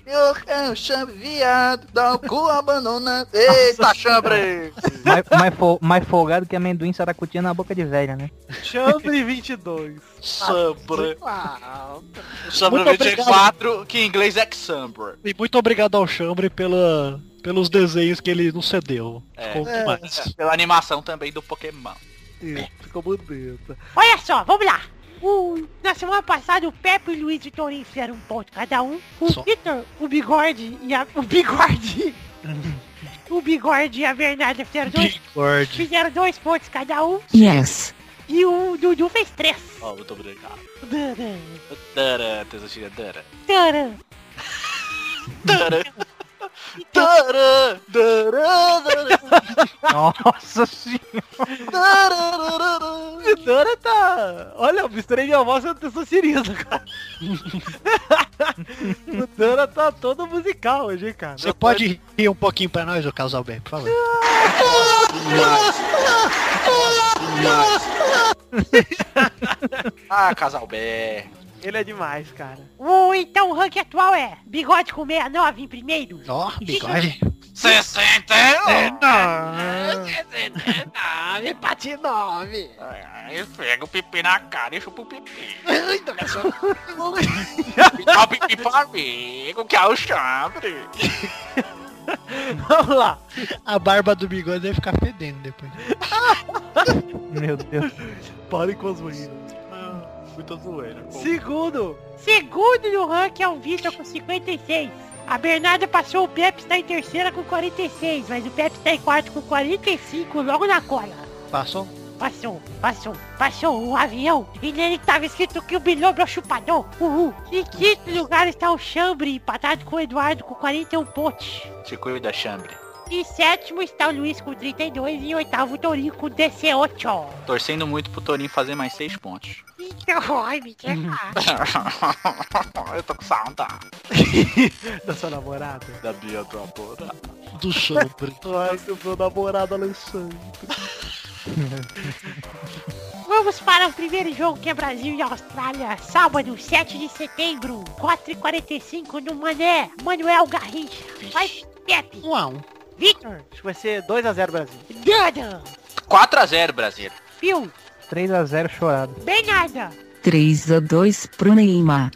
Speaker 7: Brioco é o chambre viado, dá o cu abandonado. Eita, chambre!
Speaker 5: mais, mais, fo- mais folgado que amendoim saracutinha na boca de velha, né?
Speaker 8: Chambre 22.
Speaker 7: Chambre.
Speaker 2: Muito
Speaker 7: Chambre 24, que em inglês é Xambre.
Speaker 2: E muito obrigado ao chambre pela, pelos desenhos que ele nos cedeu.
Speaker 7: É.
Speaker 2: Ficou
Speaker 4: É.
Speaker 2: demais.
Speaker 7: Pela animação também do Pokémon.
Speaker 4: Ih, Ficou bonito.
Speaker 9: Olha só, vamos lá. O- na semana passada, o Pepe e o Luiz e o Torinho fizeram um ponto cada um. O
Speaker 2: Só.
Speaker 9: Vitor, o Bigode e a... O Bigode! o Bigode e a Bernarda fizeram dois,
Speaker 2: Bigode.
Speaker 9: fizeram dois pontos cada um.
Speaker 1: Yes.
Speaker 9: E o Dudu fez três.
Speaker 7: Ó, muito obrigado.
Speaker 9: Tadã,
Speaker 7: Dara, tesoura, dara.
Speaker 9: tadã.
Speaker 7: Dara. Dara. Dara. Dara.
Speaker 5: Nossa senhora!
Speaker 7: Dara.
Speaker 8: Dora tá... Olha, eu misturei minha voz e eu sou cirisa, cara. o Dora tá todo musical hoje, hein, cara.
Speaker 2: Você pode rir um pouquinho pra nós, ô Carlos Alberto, por favor?
Speaker 7: Ah, Casalbé.
Speaker 3: Ele é demais, cara.
Speaker 9: O, então o ranking atual é Bigode com 69 em primeiro.
Speaker 2: Ó, bigode.
Speaker 7: 60
Speaker 3: Ah.
Speaker 2: Patinove.
Speaker 7: Pega o pipi na cara e chupa o pipi. Dá o pipi pra mim, que é o chambre.
Speaker 3: Vamos lá.
Speaker 2: A barba do bigode deve ficar fedendo depois.
Speaker 5: Meu Deus.
Speaker 3: Parem com as ruínas.
Speaker 7: Muito zoeira.
Speaker 3: Segundo.
Speaker 9: Segundo no ranking é o Vitor com 56. A Bernarda passou o Pepe, está em terceira com 46, mas o Pepe está em quarto com 45, logo na cola.
Speaker 2: Passou?
Speaker 9: Passou, passou, passou o avião. E nele estava escrito que o bilhão é o chupadão. Uhul. Em quinto lugar está o Chambre, empatado com o Eduardo com 41 pontos.
Speaker 7: Se cuida, chambre.
Speaker 9: Em sétimo está o Luiz com 32 e em oitavo o Torinho com 18.
Speaker 7: Torcendo muito pro Torinho fazer mais 6 pontos.
Speaker 9: Então, ai, me quer falar.
Speaker 7: Eu tô com saudade.
Speaker 3: Da sua namorada.
Speaker 7: Da Bia do amor.
Speaker 2: Do sobre.
Speaker 3: Ai, seu meu namorado, Alexandre.
Speaker 9: Vamos para o primeiro jogo que é Brasil e Austrália, sábado, 7 de setembro, 4h45 no Mané, Manuel Garrincha. Vai, Pepe,
Speaker 2: Um a um.
Speaker 9: Victor,
Speaker 3: Acho que vai ser 2x0 Brasil.
Speaker 9: Dana,
Speaker 7: 4x0, Brasil.
Speaker 9: Pio,
Speaker 5: 3x0 chorado.
Speaker 9: Bernarda.
Speaker 1: 3 a 2 pro Neymar.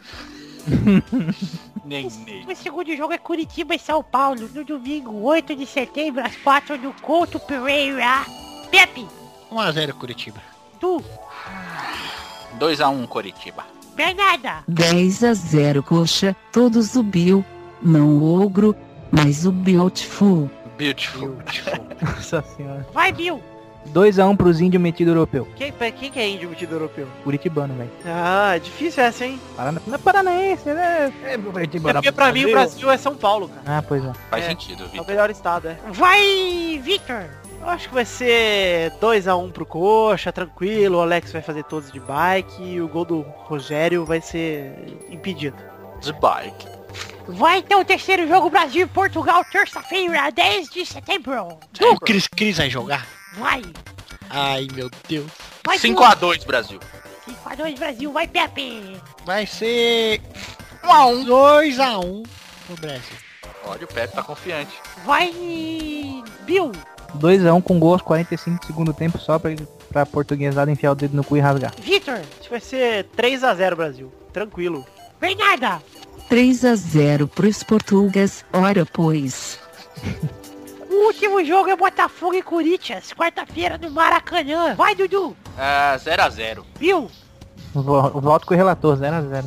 Speaker 7: Nem, nem.
Speaker 9: O segundo jogo é Curitiba e São Paulo, no domingo, 8 de setembro, às 4 no Couto Pereira. Pepe,
Speaker 2: 1x0 Curitiba.
Speaker 9: tu,
Speaker 7: 2x1, Coritiba.
Speaker 9: Bernarda,
Speaker 1: 10 a 0 coxa, todo subiu. Não o ogro, mas o Beautiful.
Speaker 7: Beautiful.
Speaker 5: Nossa senhora.
Speaker 9: vai, Bill.
Speaker 5: 2x1 pros índios metido europeu.
Speaker 3: Quem, pra- quem que é índio metido europeu?
Speaker 5: Curitibano, velho.
Speaker 3: Ah, é difícil essa, hein?
Speaker 5: Parana... Não é paranaense, né? É,
Speaker 3: É
Speaker 5: Curitibano.
Speaker 3: porque pra mim o Brasil é São Paulo, cara.
Speaker 5: Ah, pois é.
Speaker 7: Faz
Speaker 3: É.
Speaker 7: sentido,
Speaker 3: É o
Speaker 7: Vitor.
Speaker 3: melhor estado, é.
Speaker 9: Vai, Victor.
Speaker 3: Eu acho que vai ser 2x1 pro Coxa, tranquilo. O Alex vai fazer todos de bike. E o gol do Rogério vai ser impedido.
Speaker 7: De bike.
Speaker 9: Vai então o terceiro jogo Brasil e Portugal, terça-feira, 10 de setembro.
Speaker 2: O Cris Cris vai jogar?
Speaker 9: Vai,
Speaker 2: Ai, meu Deus.
Speaker 9: vai
Speaker 7: 5x2, Brasil.
Speaker 9: 5 a 2 um Brasil, vai Pepe.
Speaker 2: Vai ser
Speaker 7: 1x1.
Speaker 2: 2x1 pro Brasil.
Speaker 7: Olha, o Pepe tá confiante.
Speaker 9: Vai, Bill.
Speaker 5: 2x1 com gol aos 45 do segundo tempo só pra, pra portuguesada enfiar o dedo no cu e rasgar.
Speaker 9: Victor,
Speaker 3: Acho que vai ser 3x0 Brasil. Tranquilo.
Speaker 9: Bernarda.
Speaker 1: 3 a 0 pros portugueses, ora pois.
Speaker 9: O último jogo é Botafogo e Corinthians, quarta-feira no Maracanã. Vai, Dudu.
Speaker 7: Ah, 0x0.
Speaker 9: Bill.
Speaker 5: Vo- Volto com o relator, 0x0.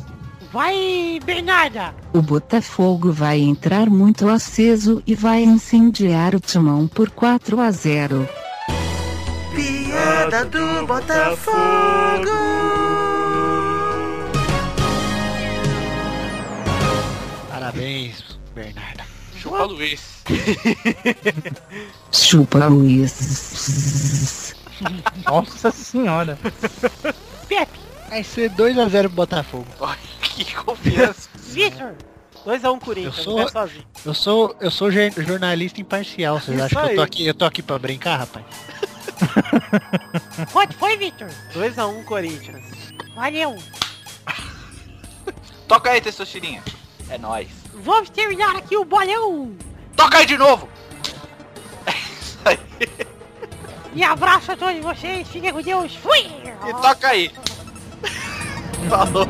Speaker 9: Vai, Bernarda.
Speaker 1: O Botafogo vai entrar muito aceso e vai incendiar o timão por 4 a 0.
Speaker 2: Parabéns, Bernardo.
Speaker 7: Chupa Luiz.
Speaker 1: Chupa Luiz.
Speaker 5: Nossa senhora.
Speaker 9: Pepe.
Speaker 2: Vai ser 2x0 Botafogo.
Speaker 7: Olha, que confiança.
Speaker 9: Victor.
Speaker 3: 2x1
Speaker 2: Eu
Speaker 3: Corinthians.
Speaker 2: sou-
Speaker 3: Sou... sozinho.
Speaker 2: Eu sou, eu sou jor- jornalista imparcial. Vocês
Speaker 3: Isso
Speaker 2: acham que eu
Speaker 3: aí.
Speaker 2: tô, aqui, eu tô aqui pra brincar, rapaz?
Speaker 9: Quanto foi, Victor?
Speaker 3: 2x1 Corinthians.
Speaker 9: Valeu.
Speaker 7: Toca aí, testosterinha. É nóis.
Speaker 9: Vamos terminar aqui o bolão.
Speaker 7: Toca aí de novo. É isso aí.
Speaker 9: E abraço a todos vocês. Fiquem com Deus. Fui.
Speaker 7: E
Speaker 3: Ah.
Speaker 7: toca aí. Falou.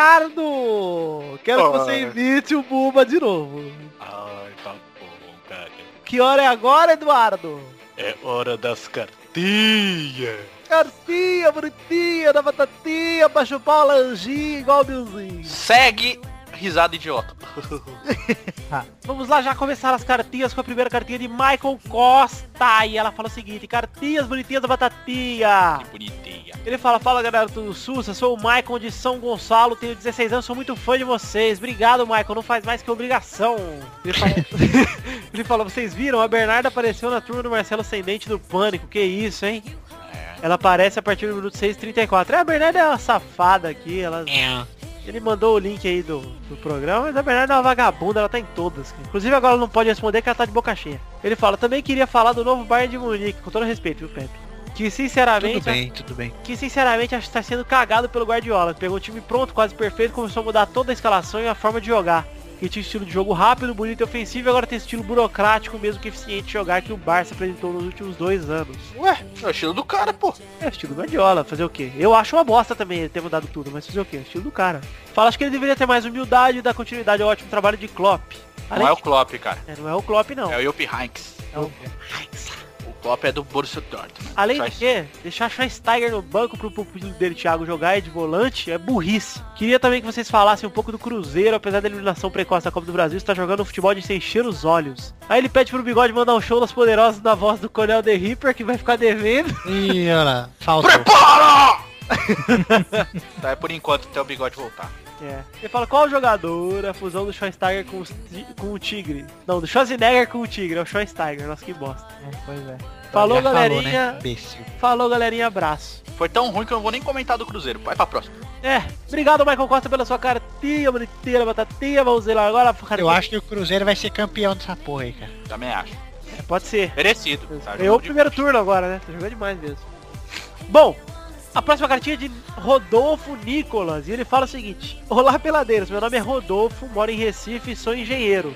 Speaker 3: Eduardo! Quero que você
Speaker 7: Ora.
Speaker 3: imite o Buba de novo.
Speaker 4: Ai, tá bom, cara.
Speaker 3: Que hora é agora, Eduardo?
Speaker 4: É hora das cartinhas.
Speaker 3: Cartinha, bonitinha, da batatinha, pra chupar o lanchinho igual o Milzinho.
Speaker 7: Segue risada idiota.
Speaker 3: Vamos lá, já começaram as cartinhas com a primeira cartinha de Michael Costa. E ela fala o seguinte, cartinhas bonitinhas da batatinha.
Speaker 7: Bonitinha.
Speaker 3: Ele fala, fala galera do SUS, eu sou o Michael de São Gonçalo, tenho 16 anos, sou muito fã de vocês. Obrigado, Michael, não faz mais que obrigação. Ele fala, Ele fala, vocês viram? A Bernarda apareceu na turma do Marcelo Sem Dente do Pânico, que isso, hein? Ela aparece a partir do minuto 6h34. É, a Bernarda é uma safada aqui, ela... Ele mandou o link aí do, do programa, mas a Bernarda é uma vagabunda, ela tá em todas. cara. Inclusive agora ela não pode responder que ela tá de boca cheia. Ele fala, também queria falar do novo Bayern de Munique, com todo respeito, viu, Pepe? Que
Speaker 2: Tudo
Speaker 3: sinceramente,
Speaker 2: bem, tudo bem.
Speaker 3: que sinceramente acho que está sendo cagado pelo Guardiola. Pegou um time pronto, quase perfeito, começou a mudar toda a escalação e a forma de jogar. Que tinha um estilo de jogo rápido, bonito e ofensivo, e agora tem estilo burocrático mesmo que eficiente de jogar que o Barça apresentou nos últimos dois anos.
Speaker 7: Ué, é o estilo do cara, pô.
Speaker 3: É o estilo Guardiola, fazer o quê? Eu acho uma bosta também ele ter mudado tudo, mas fazer o quê? É o estilo do cara. Fala, acho que ele deveria ter mais humildade e dar continuidade ao ótimo trabalho de Klopp.
Speaker 7: Não
Speaker 3: Além
Speaker 7: é o Klopp, cara.
Speaker 3: de... é, não é o Klopp não.
Speaker 7: É o Jupp Heynckes.
Speaker 3: É o-
Speaker 7: O Klopp é do Borussia Dortmund.
Speaker 3: Além
Speaker 7: Só
Speaker 3: de
Speaker 7: isso.
Speaker 3: que, deixar Schweinsteiger no banco pro pupilo dele, Thiago, jogar de volante é burrice. Queria também que vocês falassem um pouco do Cruzeiro, apesar da eliminação precoce da Copa do Brasil, está jogando um futebol de se encher os olhos. Aí ele pede pro Bigode mandar um show das poderosas na voz do Coronel The Reaper, que vai ficar devendo.
Speaker 2: Ih, olha lá. Falta.
Speaker 7: Prepara! tá, é por enquanto até o bigode voltar.
Speaker 3: É. Ele fala, qual jogador é a fusão do Schweinsteiger com, os ti- com o Tigre? Não, do Schwarzenegger com o Tigre, é o Schweinsteiger, nossa que bosta.
Speaker 5: É, pois é.
Speaker 3: Falou,
Speaker 2: Já Falou,
Speaker 3: galerinha.
Speaker 2: né? Imbecil.
Speaker 3: Falou, galerinha, abraço.
Speaker 7: Foi tão ruim que eu não vou nem comentar do Cruzeiro. Vai pra próxima.
Speaker 3: É, obrigado Michael Costa pela sua cartinha, bonitinha, batatinha, vamos ver lá agora.
Speaker 2: Eu acho que o Cruzeiro vai ser campeão dessa porra aí, cara.
Speaker 7: Também acho.
Speaker 3: É, Pode ser.
Speaker 7: Merecido. Tá,
Speaker 3: Ganhou o
Speaker 7: jogo de-
Speaker 3: primeiro turno agora, né? Tá jogando demais mesmo. Bom, a próxima cartinha é de Rodolfo Nicolas. E ele fala o seguinte. Olá, peladeiros. Meu nome é Rodolfo, moro em Recife e sou engenheiro.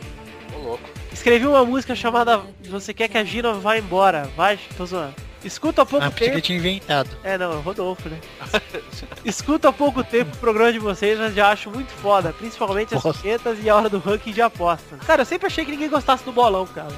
Speaker 7: Ô, louco.
Speaker 3: Escrevi uma música chamada Você Quer Que a Gina Vá Embora. Vai, tô zoando. Escuta há pouco
Speaker 2: Ah, pensei que
Speaker 3: tempo...
Speaker 2: eu tinha inventado.
Speaker 3: É, não, é Rodolfo, né? Escuto há pouco tempo o programa de vocês, mas já acho muito foda. Principalmente as
Speaker 2: Bosta.
Speaker 3: vinhetas e a hora do ranking de apostas. Cara, eu sempre achei que ninguém gostasse do bolão, cara.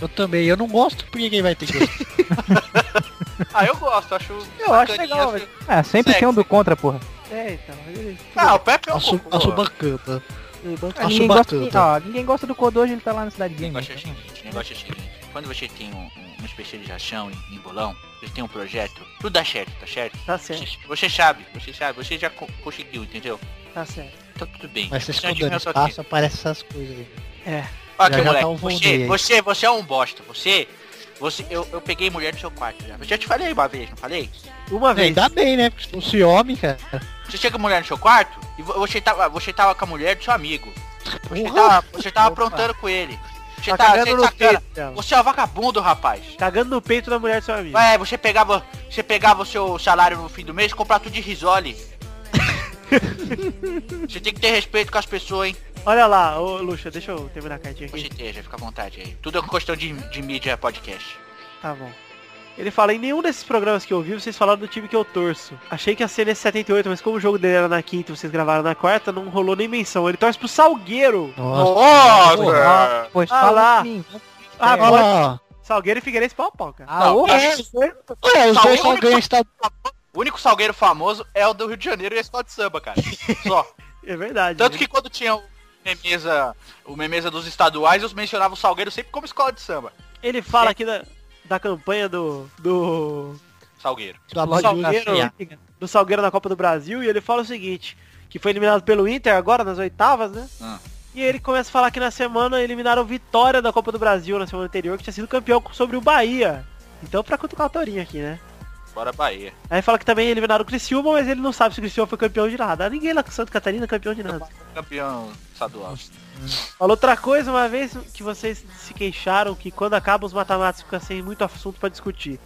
Speaker 2: Eu também. Eu não gosto porque quem vai ter que gostar.
Speaker 7: Ah, eu gosto. Acho
Speaker 3: Eu acho
Speaker 7: bacaninha,
Speaker 3: legal,
Speaker 7: assim.
Speaker 5: É, sempre
Speaker 7: Sexy.
Speaker 5: tem um do contra, porra.
Speaker 3: É, então. ele-
Speaker 7: Ah, o Pepe é um
Speaker 2: Acho,
Speaker 7: pouco-
Speaker 2: acho bacana.
Speaker 5: Ah,
Speaker 2: Acho
Speaker 5: ninguém, gosta de,
Speaker 2: bacana.
Speaker 5: ó, ninguém gosta do Kodoji, ele tá lá na cidade game.
Speaker 7: Negócio é o seguinte, negócio é o seguinte. Quando você tem um, um, uns peixeiros de rachão em, em bolão, você tem um projeto, tudo dá certo, tá certo?
Speaker 3: Tá certo,
Speaker 7: Você- Você sabe, você sabe, você já co- conseguiu, entendeu?
Speaker 3: tá certo.
Speaker 7: Então tudo bem.
Speaker 2: Mas vocês
Speaker 7: Você é um
Speaker 2: escondendo
Speaker 7: admirador aqui.
Speaker 2: espaço, aparece essas coisas aí.
Speaker 7: Olha
Speaker 2: Já-
Speaker 7: aqui,
Speaker 2: já tá
Speaker 7: moleque.
Speaker 2: um
Speaker 7: você,
Speaker 2: Valdir aí.
Speaker 7: você, você é um bosta. Você. Você. Eu, eu peguei mulher do seu quarto já. Eu já te falei uma vez, não falei?
Speaker 3: Uma
Speaker 2: É,
Speaker 3: vez.
Speaker 2: ainda bem, né? Porque se fosse homem, cara.
Speaker 7: Você chega com mulher no seu quarto e vo- você tava, você tava com a mulher do seu amigo. Você
Speaker 2: Porra.
Speaker 7: tava, você tava aprontando com ele. Você
Speaker 3: Tá
Speaker 7: tava
Speaker 3: cagando
Speaker 7: você
Speaker 3: no
Speaker 7: sacana.
Speaker 3: peito dela.
Speaker 7: Você é um vagabundo, rapaz.
Speaker 3: Cagando no peito da mulher do seu amigo.
Speaker 7: É, você pegava, você pegava o seu salário no fim do mês e comprava tudo de risole. você tem que ter respeito com as pessoas, hein?
Speaker 3: Olha lá, ô Luxa, deixa eu terminar a cartinha aqui.
Speaker 7: Você esteja, fica à vontade aí. Tudo é questão de, de mídia podcast.
Speaker 3: Tá bom. Ele fala, em nenhum desses programas que eu vi, vocês falaram do time que eu torço. Achei que é ia ser nesse 78, mas como o jogo dele era na quinta e vocês gravaram na quarta, não rolou nem menção. Ele torce pro Salgueiro.
Speaker 2: Nossa.
Speaker 5: Porra, pois
Speaker 3: Ah
Speaker 5: fala
Speaker 3: lá.
Speaker 5: assim.
Speaker 3: Ah,
Speaker 2: Olha
Speaker 5: É.
Speaker 3: pode.
Speaker 2: lá, ó. é.
Speaker 3: Salgueiro e Figueirense pau a pau, cara.
Speaker 5: Ah, ô,
Speaker 2: Ué, os
Speaker 7: Tá
Speaker 2: dois só
Speaker 7: único.
Speaker 2: ganham estado.
Speaker 7: O único salgueiro famoso é o do Rio de Janeiro e a escola de samba, cara. Só.
Speaker 3: É verdade.
Speaker 7: Tanto
Speaker 3: né?
Speaker 7: que quando tinha o memeza, o memeza dos estaduais, eu mencionava o salgueiro sempre como escola de samba.
Speaker 3: Ele fala aqui da, da campanha do, do,
Speaker 7: Salgueiro.
Speaker 2: Da
Speaker 3: do Salgueiro,
Speaker 2: Lógica.
Speaker 3: do Salgueiro na Copa do Brasil e ele fala o seguinte, que foi eliminado pelo Inter agora nas oitavas, né?
Speaker 7: Ah.
Speaker 3: E ele começa a falar que na semana eliminaram o Vitória da Copa do Brasil na semana anterior, que tinha sido campeão sobre o Bahia. Então pra cutucar o Torinho aqui, né?
Speaker 7: Bora Bahia.
Speaker 3: Aí fala que também eliminaram o Criciúma, mas ele não sabe se o Criciúma foi campeão de nada. Ah, Ninguém lá com Santa Catarina é campeão de nada.
Speaker 7: Campeão estadual.
Speaker 3: Falou outra coisa, uma vez que vocês se queixaram que quando acabam os matamatos fica sem muito assunto pra discutir.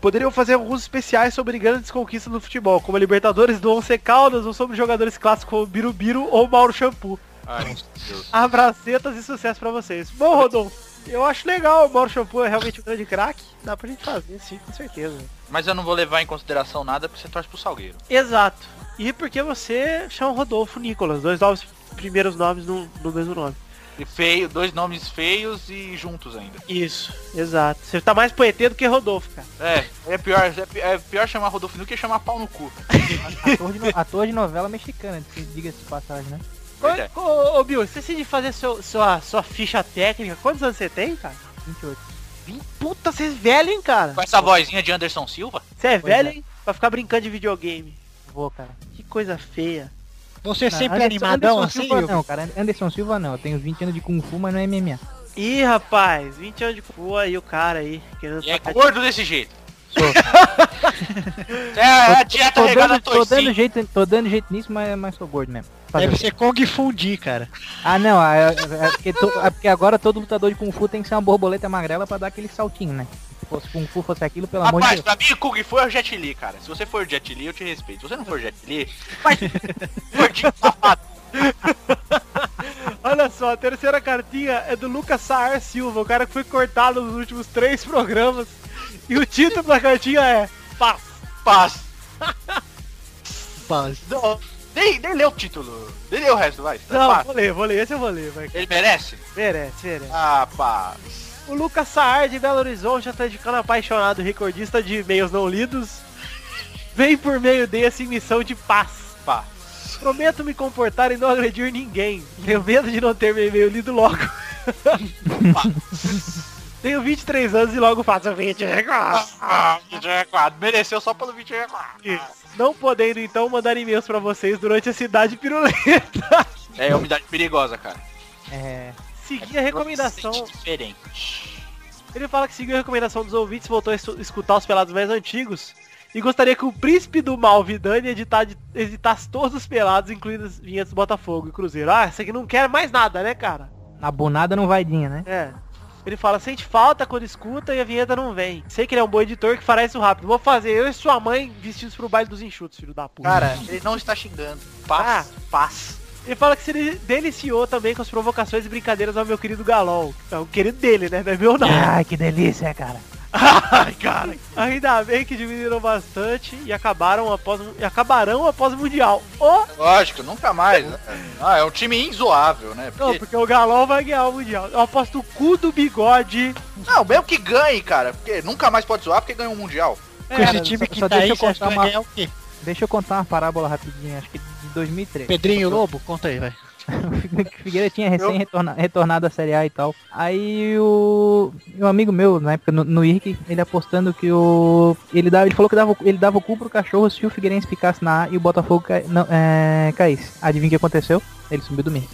Speaker 3: Poderiam fazer alguns especiais sobre grandes conquistas no futebol, como a Libertadores do Once Caldas ou sobre jogadores clássicos como Birubiru ou Mauro Shampoo.
Speaker 7: Ai, meu Deus.
Speaker 3: Abracetas e sucesso pra vocês. Bom, Rodolfo, eu acho legal, o Mauro Shampoo é realmente um grande craque. Dá pra gente fazer, sim, com certeza.
Speaker 7: Mas eu não vou levar em consideração nada porque você torce pro salgueiro.
Speaker 3: Exato. E porque você chama Rodolfo Nicolas, dois novos primeiros nomes no, no mesmo nome.
Speaker 7: E feio, dois nomes feios e juntos ainda.
Speaker 3: Isso. Exato. Você tá mais poeteiro do que Rodolfo, cara.
Speaker 7: É, é pior, é pi- é pior chamar Rodolfo do que chamar pau no cu.
Speaker 5: ator, de no- ator de novela mexicana, diga-se de passagem, né?
Speaker 7: Verdade.
Speaker 3: Ô, ô, ô, Bill, você decide fazer seu- sua, sua ficha técnica. Quantos anos você tem, cara?
Speaker 5: 28.
Speaker 3: Vim- Puta, você é velho, hein, cara?
Speaker 7: Com essa vozinha de Anderson Silva?
Speaker 3: Você é
Speaker 5: Pois
Speaker 3: velho,
Speaker 5: é.
Speaker 3: hein? Pra ficar brincando de videogame.
Speaker 5: Vou, cara.
Speaker 3: Que coisa feia.
Speaker 2: Você
Speaker 5: Não,
Speaker 2: sempre é
Speaker 5: Anderson-
Speaker 2: animadão
Speaker 5: Anderson
Speaker 2: assim,
Speaker 5: Silva
Speaker 2: Will?
Speaker 5: não, cara. Anderson Silva não. Eu tenho 20 anos de Kung Fu, mas não é MMA.
Speaker 2: Tá
Speaker 3: Ih, rapaz, 20 anos de rua aí o cara aí, querendo
Speaker 7: E é
Speaker 3: tacar-
Speaker 7: gordo desse jeito.
Speaker 5: Sou.
Speaker 7: É, é a dieta
Speaker 5: Tô
Speaker 7: regada
Speaker 5: dando, tô, dando
Speaker 7: toicinho.
Speaker 5: jeito, tô dando jeito nisso, mas, mas sou gordo mesmo. Fazer
Speaker 2: Deve
Speaker 5: o quê?
Speaker 2: ser Kong Fundi, cara.
Speaker 5: Ah, não. É, é- é porque to- é porque agora todo lutador de Kung Fu tem que ser uma borboleta magrela pra dar aquele saltinho, né? Se fosse Kung Fu, fosse aquilo, pelo amor de
Speaker 7: Rapaz,
Speaker 5: Deus.
Speaker 7: pra mim o Kung Fu é o Jet Li, cara. Se você for o Jet Li, eu te respeito. Se você não for o Jet Li, mas... Gordinho safado.
Speaker 3: Olha só, a terceira cartinha é do Lucas Saar Silva, o cara que foi cortado nos últimos três programas. E o título da cartinha é Paz.
Speaker 7: Paz.
Speaker 2: Paz.
Speaker 7: Não, nem, nem lê o título. Nem lê o resto, vai.
Speaker 3: Não,
Speaker 7: Paz.
Speaker 3: vou ler, vou ler, esse eu vou ler, vai.
Speaker 7: Ele merece?
Speaker 3: Merece, merece.
Speaker 7: Ah, paz.
Speaker 3: O Lucas Saar de Belo Horizonte já está indicando apaixonado recordista de e-mails não lidos. Vem por meio desse em missão de paz.
Speaker 7: Pá.
Speaker 3: Prometo me comportar e não agredir ninguém. Tenho medo de não ter meu e-mail lido logo. Pá. Tenho 23 anos e logo faço 20 recordes.
Speaker 7: Ah, vídeo recuado. Mereceu só pelo vídeo recuado.
Speaker 3: Não podendo então mandar e-mails pra vocês durante a cidade pirulenta.
Speaker 7: É umidade perigosa, cara.
Speaker 5: É,
Speaker 3: Seguir a recomendação.
Speaker 7: Sente Diferente.
Speaker 3: Ele fala que seguiu a recomendação dos ouvintes, voltou a estu- escutar os pelados mais antigos. E gostaria que o príncipe do mal, Vidani, edita- editasse todos os pelados, incluindo as vinhetas do Botafogo e Cruzeiro. Ah, esse aqui não quer mais nada, né, cara?
Speaker 5: na bonada não vai dinha, né?
Speaker 3: É. Ele fala, sente falta quando escuta e a vinheta não vem. Sei que ele é um bom editor que fará isso rápido. Vou fazer eu e sua mãe vestidos pro baile dos enxutos, filho da puta.
Speaker 7: Cara, ele não está xingando. Paz.
Speaker 3: Ah, paz. Ele fala que se ele deliciou também com as provocações e brincadeiras ao meu querido Galol. É o querido dele, né? Não é meu não.
Speaker 5: Ai, que delícia, cara.
Speaker 3: Ai, cara. Ainda bem que diminuíram bastante e acabaram após um, e acabarão após o mundial. Ô,
Speaker 7: Lógico, nunca mais. né? Ah, é um time inzoável, né?
Speaker 3: não,
Speaker 7: Porque,
Speaker 3: porque o Galol vai ganhar o mundial. Eu aposto o cu do bigode.
Speaker 7: não, mesmo que ganhe, cara. Porque nunca mais pode zoar porque ganhou um mundial.
Speaker 2: Com esse
Speaker 5: cara,
Speaker 2: time
Speaker 5: só-
Speaker 2: que
Speaker 5: só
Speaker 2: tá
Speaker 5: deixa
Speaker 2: aí,
Speaker 5: eu
Speaker 2: você acha que
Speaker 5: contar
Speaker 2: vai
Speaker 5: uma-
Speaker 2: ganhar o quê?
Speaker 5: Deixa eu contar uma parábola rapidinho, acho que de 2003.
Speaker 2: Pedrinho Lobo? Conta aí, vai.
Speaker 5: O Figueira tinha recém retorna- retornado à Série A e tal. Aí o um amigo meu, na época, no, no IRC, ele apostando que o... Ele, dava, ele falou que dava, o- ele dava o cu pro cachorro se o Figueirense ficasse na A e o Botafogo cai- não, é, caísse. Adivinha o que aconteceu? Ele subiu do IRC.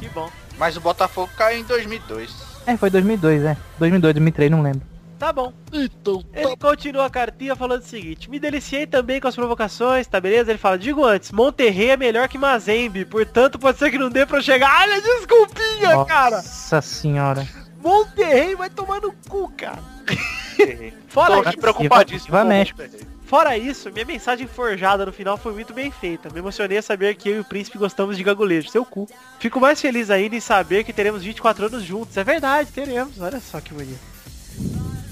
Speaker 3: Que bom.
Speaker 7: Mas o Botafogo caiu em 2002.
Speaker 5: É, foi 2002, é. 2002, 2003, não lembro.
Speaker 3: Tá bom.
Speaker 4: Então,
Speaker 3: Ele continua a cartinha falando o seguinte: Me deliciei também com as provocações, tá beleza? Ele fala: Digo antes, Monterrey é melhor que Mazembe, portanto pode ser que não dê pra eu chegar. Olha, a desculpinha, cara.
Speaker 5: Nossa senhora.
Speaker 3: Monterrey vai tomar no cu, cara. Fora
Speaker 7: Tô
Speaker 3: isso-
Speaker 7: aqui preocupadíssimo.
Speaker 5: Vai
Speaker 7: com o
Speaker 5: México.
Speaker 7: Monterrey.
Speaker 3: Fora isso, minha mensagem forjada no final foi muito bem feita. Me emocionei a saber que eu e o príncipe gostamos de gagulejo, seu cu. Fico mais feliz ainda em saber que teremos 24 anos juntos. É verdade, teremos. Olha só que bonito.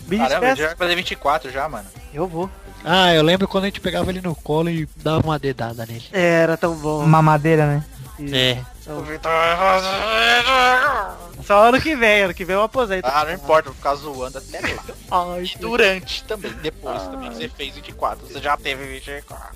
Speaker 3: Me
Speaker 7: Caramba, já
Speaker 3: despeço.
Speaker 7: vai fazer 24 já, mano.
Speaker 3: Eu vou.
Speaker 2: Ah, eu lembro quando a gente pegava ele no colo e dava uma dedada nele.
Speaker 3: Era tão bom.
Speaker 5: Mamadeira, né?
Speaker 2: É.
Speaker 7: Então,
Speaker 3: Só ano que vem, ano que vem eu aposento.
Speaker 7: Ah, não importa, vou ficar zoando até mesmo.
Speaker 3: Ai,
Speaker 7: E durante também, depois também. Você fez 24, você já teve 24.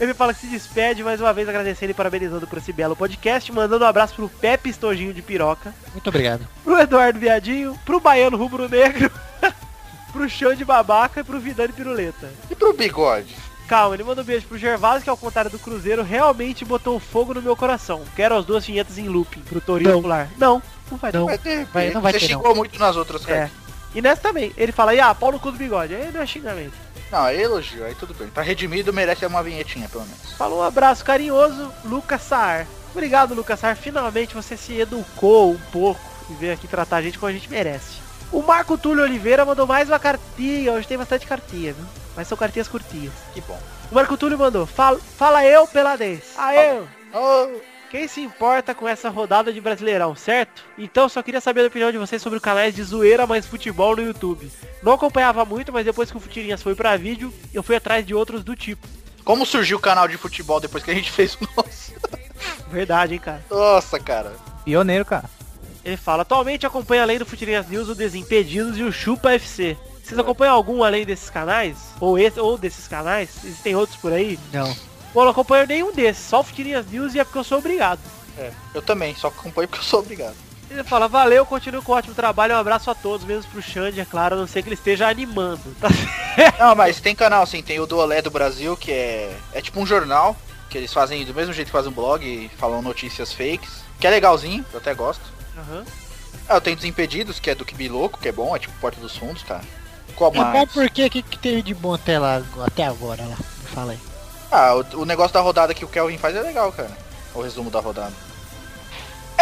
Speaker 3: Ele fala que se despede mais uma vez agradecendo e parabenizando por esse belo podcast, mandando um abraço pro Pepe Estojinho de Piroca,
Speaker 2: Muito obrigado.
Speaker 3: pro Eduardo Viadinho, pro Baiano Rubro Negro, pro Chão de Babaca e pro Vidani Piruleta.
Speaker 7: E pro bigode?
Speaker 3: Calma, ele manda um beijo pro Gervásio, que ao contrário do Cruzeiro, realmente botou fogo no meu coração. Quero as duas vinhetas em looping pro Torino
Speaker 2: Não.
Speaker 3: pular. Não, não vai não.
Speaker 2: Não.
Speaker 7: Vai ter,
Speaker 2: Vai, não vai
Speaker 7: É, você
Speaker 2: ter, não.
Speaker 7: xingou muito nas
Speaker 3: É.
Speaker 7: outras cartas.
Speaker 3: E nessa também, ele fala, e ah, Paulo Cu do Bigode. Aí não é xingamento.
Speaker 7: Não, é elogio, aí tudo bem. Tá redimido, merece uma vinhetinha, pelo menos.
Speaker 3: Falou um abraço carinhoso, Lucas Saar. Obrigado, Lucas Saar. Finalmente você se educou um pouco e veio aqui tratar a gente como a gente merece. O Marco Túlio Oliveira mandou mais uma cartinha. Hoje tem bastante cartinha, viu? Mas são cartinhas curtinhas.
Speaker 7: Que bom.
Speaker 3: O Marco Túlio mandou, fala, fala eu, Peladez. Ah, eu.
Speaker 7: Oh,
Speaker 3: Quem se importa com essa rodada de Brasileirão, certo? Então só queria saber a opinião de vocês sobre canais de zoeira mais futebol no YouTube. Não acompanhava muito, mas depois que o Futirinhas foi pra vídeo, eu fui atrás de outros do tipo.
Speaker 7: como surgiu o canal de futebol depois que a gente fez o nosso?
Speaker 3: Verdade, hein, cara.
Speaker 7: Nossa, cara.
Speaker 5: Pioneiro, cara.
Speaker 3: Ele fala, atualmente acompanha além do Futirinhas News o Desimpedidos e o Chupa FC. Vocês acompanham algum além desses canais? Ou esse, ou desses canais? Existem outros por aí?
Speaker 2: Não.
Speaker 3: Pô, não acompanho nenhum desses, só o Futirinhas News e é porque eu sou obrigado.
Speaker 7: Eu também, só acompanho porque eu sou obrigado.
Speaker 3: Ele fala, valeu, continue com um ótimo trabalho, um abraço a todos, menos pro Xande, é claro, a não ser que ele esteja animando. Tá
Speaker 7: Não, mas tem canal sim, tem o do Olé do Brasil, que é, é tipo um jornal, que eles fazem do mesmo jeito que fazem um blog, e falam notícias fakes, que é legalzinho, eu até gosto.
Speaker 3: Aham.
Speaker 7: Ah, eu tenho Desimpedidos, que é do Que Louco, que é bom, é tipo Porta dos Fundos, tá? Qual
Speaker 2: É bom
Speaker 7: mais?
Speaker 2: porque o que, que teve de bom até lá, até agora lá? Me Fala aí.
Speaker 7: Ah, o, o negócio da rodada que o Kelvin faz é legal, cara. O resumo da rodada.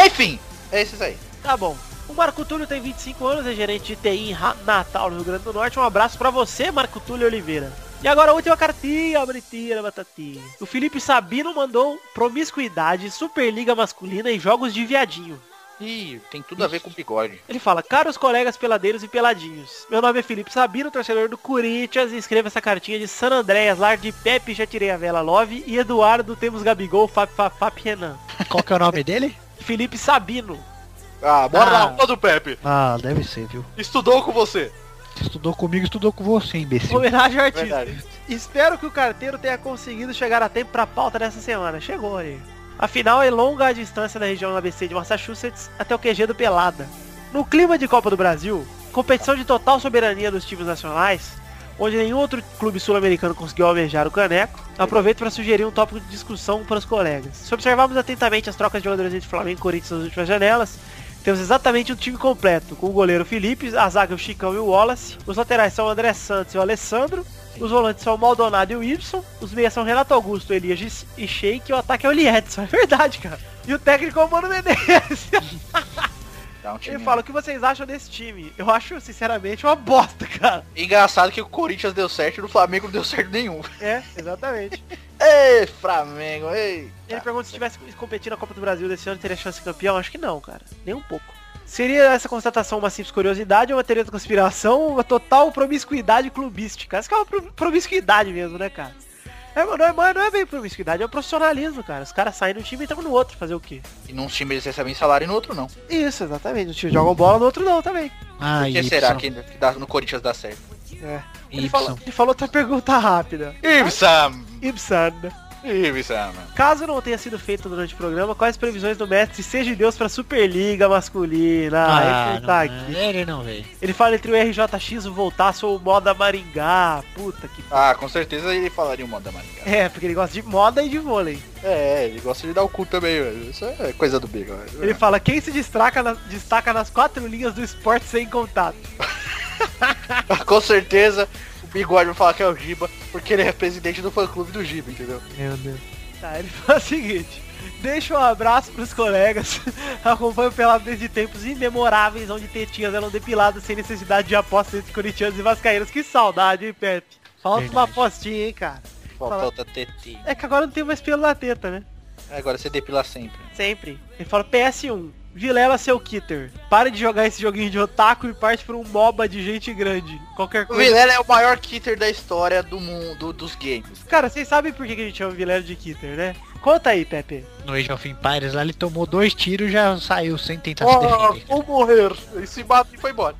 Speaker 7: Enfim, é esses aí.
Speaker 3: Tá bom. O Marco Túlio tem 25 anos, é gerente de TI em Ra- Natal, no Rio Grande do Norte. Um abraço pra você, Marco Túlio Oliveira. E agora a última cartinha, Britira Batatinha. O Felipe Sabino mandou promiscuidade, Superliga Masculina e jogos de viadinho.
Speaker 7: Ih, tem tudo a ver com bigode.
Speaker 3: Ele fala, caros colegas peladeiros e peladinhos, meu nome é Felipe Sabino, torcedor do Corinthians, e escreva essa cartinha de San Andreas, lar de Pepe, já tirei a vela Love, e Eduardo, temos Gabigol, Fap, Fap, Fap, Renan.
Speaker 2: Qual que é o nome dele?
Speaker 3: Felipe Sabino,
Speaker 7: Ah, bora lá, todo Pepe.
Speaker 2: Ah, deve ser, viu?
Speaker 7: Estudou com você.
Speaker 2: Estudou comigo, estudou com você, imbecil.
Speaker 3: homenagem ao artista.
Speaker 7: Verdade.
Speaker 3: Espero que o carteiro tenha conseguido chegar a tempo para a pauta dessa semana. Chegou aí. Afinal, é longa a distância da região do ABC de Massachusetts até o QG do Pelada. No clima de Copa do Brasil, competição de total soberania dos times nacionais, onde nenhum outro clube sul-americano conseguiu almejar o caneco, aproveito para sugerir um tópico de discussão para os colegas. Se observarmos atentamente as trocas de jogadores entre Flamengo e Corinthians nas últimas janelas, temos exatamente o time completo, com o goleiro Felipe, a zaga o Chicão e o Wallace, os laterais são o André Santos e o Alessandro, os volantes são o Maldonado e o Ibson. Os meias são Renato Augusto, Elias Gis- e Sheik. E o ataque é o Liedson. É verdade, cara. E o técnico é o Mano Menezes.
Speaker 7: Dá um time.
Speaker 3: Ele fala, o que vocês acham desse time? Eu acho, sinceramente, uma bosta, cara.
Speaker 7: Engraçado que o Corinthians deu certo e o Flamengo não deu certo nenhum.
Speaker 3: É, exatamente.
Speaker 7: Ei, Flamengo, ei.
Speaker 3: Ele pergunta se tivesse competido na Copa do Brasil desse ano, teria chance de campeão? Acho que não, cara. Nem um pouco. Seria essa constatação uma simples curiosidade, uma teoria da conspiração, uma total promiscuidade clubística? Isso que é uma pro- promiscuidade mesmo, né, cara? É, mas não, é, mas não é bem promiscuidade, é um profissionalismo, cara. Os caras saem de um time e estão no outro, fazer o quê?
Speaker 7: E num time eles recebem salário e no outro não. Por
Speaker 3: Isso, exatamente. Um time joga bola, no outro não também.
Speaker 2: Ah,
Speaker 7: que será que, que dá, no Corinthians dá certo?
Speaker 3: Ele falou, ele falou outra pergunta rápida.
Speaker 7: Ibsam!
Speaker 3: Ibsan.
Speaker 7: Ibsam.
Speaker 3: Caso não tenha sido feito durante o programa, quais previsões do mestre Seja de Deus pra Superliga masculina? Ah,
Speaker 2: Ah,
Speaker 3: ele
Speaker 2: não,
Speaker 3: tá aqui.
Speaker 2: ele não veio.
Speaker 3: Ele fala entre o RJX, o Voltaço ou o Moda Maringá. Puta que...
Speaker 7: Ah, com certeza ele falaria o modo da Maringá.
Speaker 3: É, porque ele gosta de moda e de vôlei.
Speaker 7: É, ele gosta de dar o cu também, velho. Isso é coisa do Big, velho.
Speaker 3: Ele fala, quem se destaca, na- destaca nas quatro linhas do esporte sem contato?
Speaker 7: Com certeza o Bigode vai falar que é o Giba, porque ele é presidente do fã clube do Giba, entendeu?
Speaker 5: Meu Deus.
Speaker 3: Tá, ele fala o seguinte. Deixa um abraço pros colegas. Acompanho o Pelado desde tempos imemoráveis, onde tetinhas eram depiladas sem necessidade de aposta entre corintianos e vascaínos. Que saudade, hein, Pepe? Falta uma
Speaker 2: Verdade.
Speaker 3: apostinha, hein, cara? Fala.
Speaker 7: Falta outra tetinha.
Speaker 3: É que agora não tem mais pelo na teta, né?
Speaker 7: Agora você depila sempre.
Speaker 3: Sempre. Ele fala PS1. Vilela, seu Kitter. Pare de jogar esse joguinho de otaku e parte pra um MOBA de gente grande. Qualquer
Speaker 7: O
Speaker 3: coisa.
Speaker 7: Vilela é o maior kitter da história do mundo dos games.
Speaker 3: Cara, vocês sabem por que que a gente chama o Vilela de Kitter, né? Conta aí, Pepe.
Speaker 2: No Age of Empires lá, ele tomou dois tiros e já saiu sem tentar se
Speaker 7: Oh,
Speaker 2: defender.
Speaker 7: vou morrer. Ele se bate e foi embora.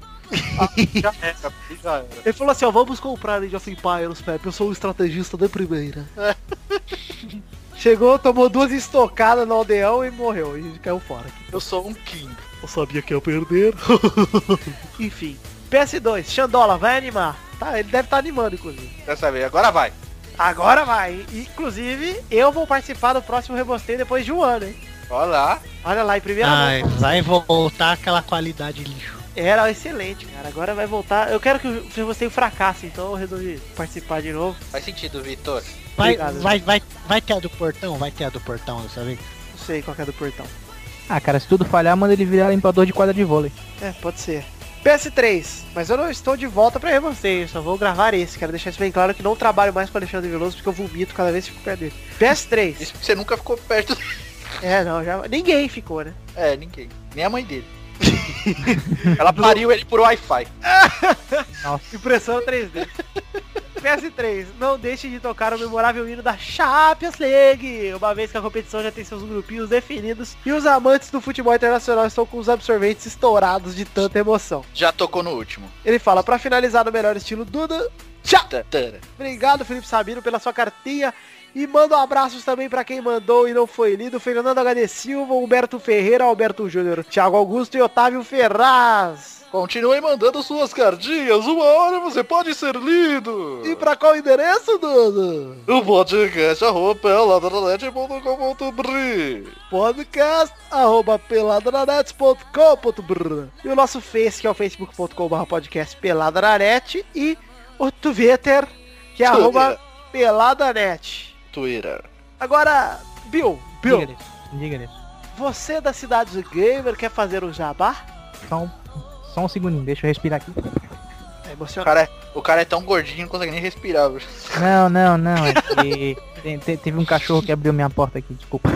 Speaker 7: Ah, já era, já era.
Speaker 3: Ele falou assim, ó, vamos comprar Age of Empires, Pepe, eu sou o estrategista da primeira. Chegou, tomou duas estocadas no aldeão e morreu, e caiu fora.
Speaker 7: Eu sou um king.
Speaker 3: Eu sabia que ia perder. Enfim. PS2, Xandola, vai animar. Tá, ele deve estar animando, inclusive.
Speaker 7: Quer saber? Agora vai.
Speaker 3: Agora vai. Inclusive, eu vou participar do próximo Rebosteio depois de um ano, hein?
Speaker 7: Olha lá.
Speaker 3: Olha lá, em primeira mão.
Speaker 2: Ai, Ah, vai voltar aquela qualidade lixo.
Speaker 3: Era excelente, cara. Agora vai voltar. Eu quero que o Rebosteio fracasse, então eu resolvi participar de novo.
Speaker 7: Faz sentido, Vitor.
Speaker 2: Vai,
Speaker 3: Obrigado.
Speaker 2: vai, vai, vai ter a do portão? Vai ter a do portão dessa vez?
Speaker 3: Não sei qual que é do portão.
Speaker 5: Ah, cara, se tudo falhar, manda ele virar limpador de quadra de vôlei.
Speaker 3: É, pode ser. PS3, mas eu não estou de volta pra Remasteio, só vou gravar esse. Quero deixar isso bem claro que não trabalho mais com o Alexandre Veloso porque eu vomito cada vez que fico perto dele. PS3,
Speaker 7: Isso porque você nunca ficou perto.
Speaker 3: é, não, já. Ninguém ficou, né?
Speaker 7: É, ninguém. Nem a mãe dele. Ela pariu ele por Wi-Fi.
Speaker 3: Impressão 3D. PS3, não deixe de tocar o memorável hino da Champions League, uma vez que a competição já tem seus grupinhos definidos e os amantes do futebol internacional estão com os absorventes estourados de tanta emoção.
Speaker 7: Já tocou no último.
Speaker 3: Ele fala, pra finalizar no melhor estilo Duda,
Speaker 7: Tantana.
Speaker 3: Obrigado, Felipe Sabino, pela sua cartinha.
Speaker 8: E mando abraços também pra quem mandou e não foi lido. Fernando HD Silva, Humberto Ferreira, Alberto Júnior, Thiago Augusto e Otávio Ferraz.
Speaker 7: Continue mandando suas cartinhas, uma hora você pode ser lido.
Speaker 8: E pra qual endereço, Dudu?
Speaker 7: O podcast arroba é peladranete.com.br
Speaker 8: Podcast arroba peladranete.com.br E o nosso Face, que é o facebook.com.br podcast peladranete. E o Twitter, que é
Speaker 7: Twitter.
Speaker 8: arroba peladanet.
Speaker 7: Twitter.
Speaker 8: Agora, Bill, Bill,
Speaker 5: Diga-lhes, diga-lhes.
Speaker 8: você da cidade do gamer quer fazer um jabá?
Speaker 5: Só um, só um segundinho, deixa eu respirar aqui.
Speaker 8: É
Speaker 7: O
Speaker 8: emocionante.
Speaker 7: cara, é- o cara é tão gordinho que não consegue nem respirar. bro.
Speaker 5: Não, não, não. É que te- te- teve um cachorro que abriu minha porta aqui, desculpa.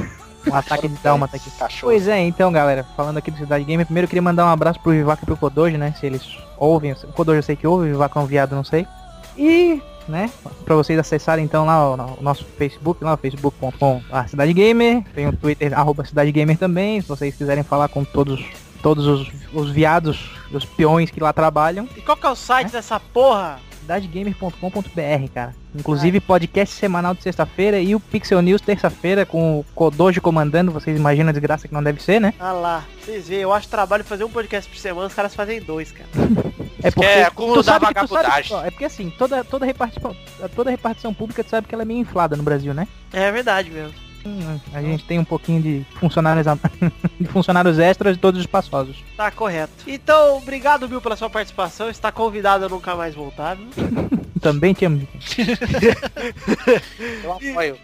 Speaker 5: Um ataque de alma tá aqui.
Speaker 7: Cachorro.
Speaker 5: Pois é, então galera, falando aqui do Cidade Gamer, primeiro eu queria mandar um abraço pro Vivaco e pro Kodoji, né? Se eles ouvem, o Kodoji eu sei que ouve, o Vivaco é um viado, não sei. E, né, pra vocês acessarem então lá o, o nosso Facebook, lá facebook.com a Cidade Gamer, tem o Twitter, arroba Cidade Gamer também, se vocês quiserem falar com todos, todos os, os viados, os peões que lá trabalham,
Speaker 3: E qual que é o site dessa porra?
Speaker 5: cidadegamer.com.br, cara. Inclusive podcast semanal de sexta-feira e o Pixel News terça-feira com o Kodoji comandando, vocês imaginam a desgraça que não deve ser, né?
Speaker 3: Ah lá, vocês veem, eu acho trabalho fazer um podcast por semana, os caras fazem dois, cara.
Speaker 5: É porque
Speaker 7: é acúmulo
Speaker 5: tu
Speaker 7: da
Speaker 5: sabe que- tu sabe-
Speaker 7: vagabundagem.
Speaker 5: ó, é porque assim, toda, toda, repartição, toda repartição pública tu sabe que ela é meio inflada no Brasil, né?
Speaker 3: É verdade mesmo.
Speaker 5: Hum, A gente tem um pouquinho de funcionários a- de funcionários extras de todos os espaçosos.
Speaker 3: Tá correto. Então, obrigado, Bill, pela sua participação. Está convidado a nunca mais voltar, viu?
Speaker 5: Também tínhamos.
Speaker 7: Eu apoio.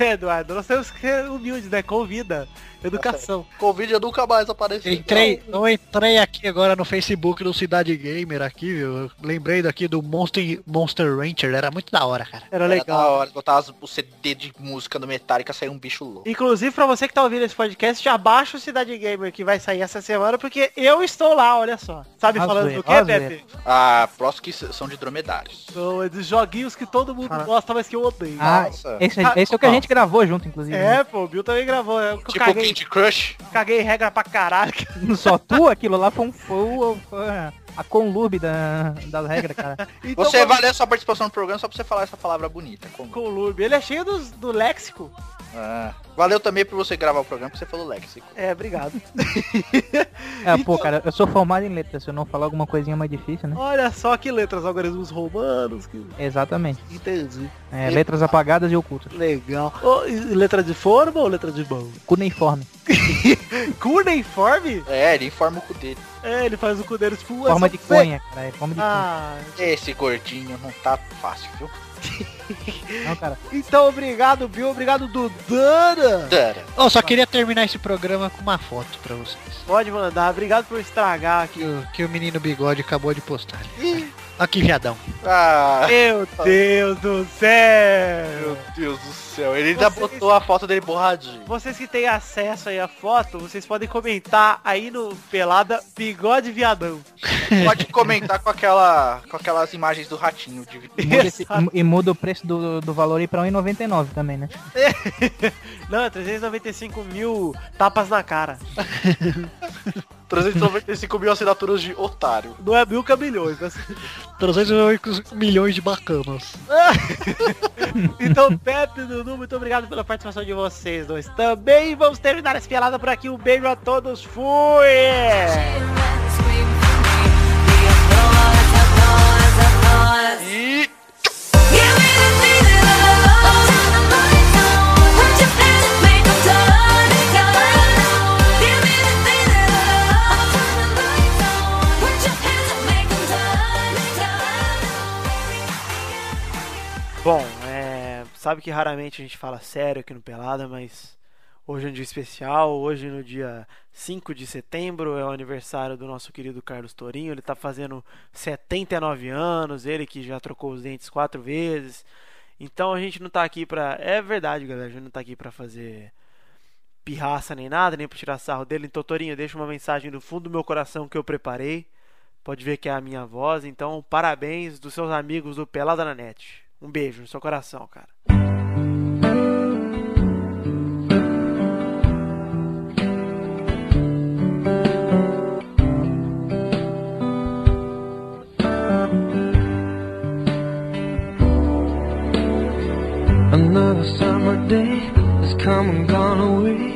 Speaker 3: É, Eduardo, nós temos que ser humildes, né? Convida. Educação.
Speaker 7: Covid eu nunca mais apareci.
Speaker 2: Entrei, eu entrei aqui agora no Facebook do Cidade Gamer aqui, viu? Eu lembrei daqui do Monster, Monster Rancher, era muito da hora, cara.
Speaker 3: Era
Speaker 7: Era da
Speaker 3: legal.
Speaker 7: hora, botar as- o CD de música do Metallica, saiu um bicho louco.
Speaker 3: Inclusive, pra você que tá ouvindo esse podcast, já baixa o Cidade Gamer que vai sair essa semana, porque eu estou lá, olha só. Sabe
Speaker 5: Olha a
Speaker 3: falando
Speaker 5: zoeira,
Speaker 3: do quê,
Speaker 5: olha a zoeira.
Speaker 3: Pepe?
Speaker 7: Ah, próximo que s- são de dromedários.
Speaker 3: Não, é dos joguinhos que todo mundo gosta, mas que eu odeio.
Speaker 5: Ah,
Speaker 7: Nossa.
Speaker 5: esse, esse é o que a gente gravou junto, inclusive. né?
Speaker 3: É, pô, o Bill também gravou. né? Eu
Speaker 7: Tipo o
Speaker 3: caguei,
Speaker 7: Candy Crush.
Speaker 3: caguei regra pra caralho.
Speaker 5: né? Só tu, aquilo lá foi, um, foi, o- foi a conlube da, das regras, cara.
Speaker 3: Então,
Speaker 7: Você
Speaker 3: vamos
Speaker 7: vai ler sua participação no programa só pra você falar essa palavra bonita. Como?
Speaker 3: com o Lube. Ele é cheio dos- do léxico.
Speaker 7: Ah, valeu também por você gravar o programa, porque você falou léxico.
Speaker 3: É, obrigado.
Speaker 5: É, pô, cara, eu sou formado em letras, se eu não falar alguma coisinha mais difícil, né?
Speaker 3: Olha só que letras, algarismos romanos. Que...
Speaker 5: Exatamente.
Speaker 3: Entendi.
Speaker 5: É, letras apagadas e ocultas.
Speaker 3: Legal. Ô, e letra de forma ou letra de mão?
Speaker 5: Cuneiforme.
Speaker 3: Cuneiforme?
Speaker 7: É, ele informa o cu dele.
Speaker 3: É, ele faz o cu dele tipo...
Speaker 5: Forma de
Speaker 3: essa fe-
Speaker 5: cunha, cara. É forma de cunha.
Speaker 3: Ah,
Speaker 7: Esse gordinho não tá fácil, viu?
Speaker 3: Ah.
Speaker 5: Não, cara.
Speaker 8: Então, obrigado, Bill. Obrigado, Dudana.
Speaker 7: Dara.
Speaker 2: Eu só queria terminar esse programa com uma foto pra vocês.
Speaker 3: pode mandar. Obrigado por estragar aqui.
Speaker 2: Que o, que o menino bigode acabou de postar. Olha que viadão.
Speaker 7: Ah,
Speaker 3: Meu Deus do céu!
Speaker 7: meu Deus do céu. Ele ainda
Speaker 3: Vocês-
Speaker 7: botou a foto dele borradinho.
Speaker 3: Vocês que têm acesso aí à foto, vocês podem comentar aí no Pelada Bigode Viadão.
Speaker 7: Pode comentar com, aquela, com aquelas imagens do ratinho. De...
Speaker 5: E muda esse- e muda o preço do, do valor aí pra 1,99 também, né?
Speaker 3: Não, 395 mil tapas na cara.
Speaker 7: 395 mil assinaturas de otário.
Speaker 3: Não é mil cabilhões, né?
Speaker 2: 308 milhões de bacanas.
Speaker 3: Então, Pepe e Dudu, muito obrigado pela participação de vocês dois também. Vamos terminar essa pelada por aqui. Um beijo a todos. Fui!
Speaker 7: E...
Speaker 3: Bom, é, sabe que raramente a gente fala sério aqui no Pelada, mas hoje é um dia especial. Hoje, no dia 5 de setembro, é o aniversário do nosso querido Carlos Torinho. Ele tá fazendo 79 anos, ele que já trocou os dentes quatro vezes. Então a gente não tá aqui pra. É verdade, galera, a gente não tá aqui pra fazer pirraça nem nada, nem pra tirar sarro dele. Então, Torinho, deixa uma mensagem do fundo do meu coração que eu preparei. Pode ver que é a minha voz, então parabéns dos seus amigos do Pelada na Net. Um beijo no seu coração, cara.
Speaker 10: Another sun and gone away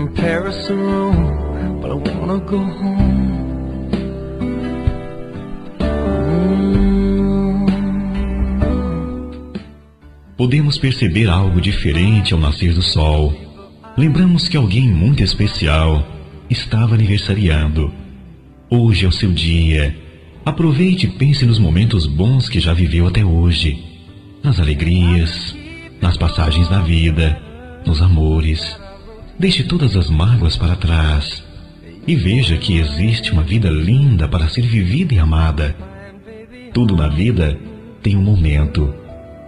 Speaker 10: in Paris and Rome, but I wanna go home.
Speaker 11: Mm. Podemos perceber algo diferente ao nascer do sol. Lembramos que alguém muito especial estava aniversariando. Hoje é o seu dia. Aproveite e pense nos momentos bons que já viveu até hoje. Nas alegrias, nas passagens da vida, nos amores. Deixe todas as mágoas para trás. E veja que existe uma vida linda para ser vivida e amada. Tudo na vida tem um momento.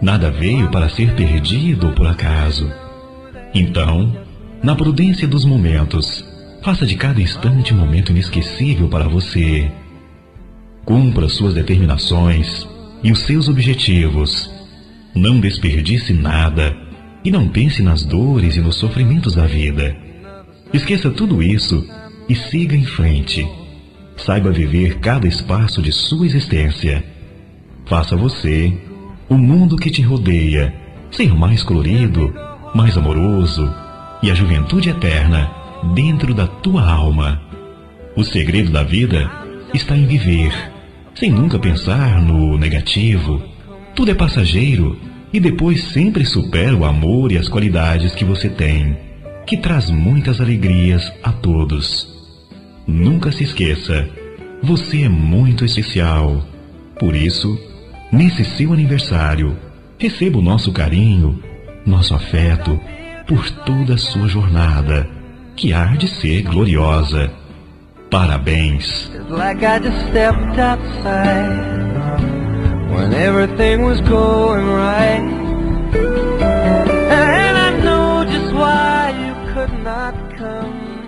Speaker 11: Nada veio para ser perdido ou por acaso. Então, na prudência dos momentos, faça de cada instante um momento inesquecível para você. Cumpra suas determinações e os seus objetivos. Não desperdice nada e não pense nas dores e nos sofrimentos da vida. Esqueça tudo isso e siga em frente. Saiba viver cada espaço de sua existência. Faça você, o mundo que te rodeia, ser mais colorido, mais amoroso e a juventude eterna dentro da tua alma. O segredo da vida está em viver, sem nunca pensar no negativo. Tudo é passageiro e depois sempre supera o amor e as qualidades que você tem, que traz muitas alegrias a todos. Nunca se esqueça, você é muito especial. Por isso, nesse seu aniversário, receba o nosso carinho, nosso afeto, por toda a sua jornada, que há de ser gloriosa. Parabéns!
Speaker 10: It's like I just stepped outside when everything was going right. And I know just why you could not come.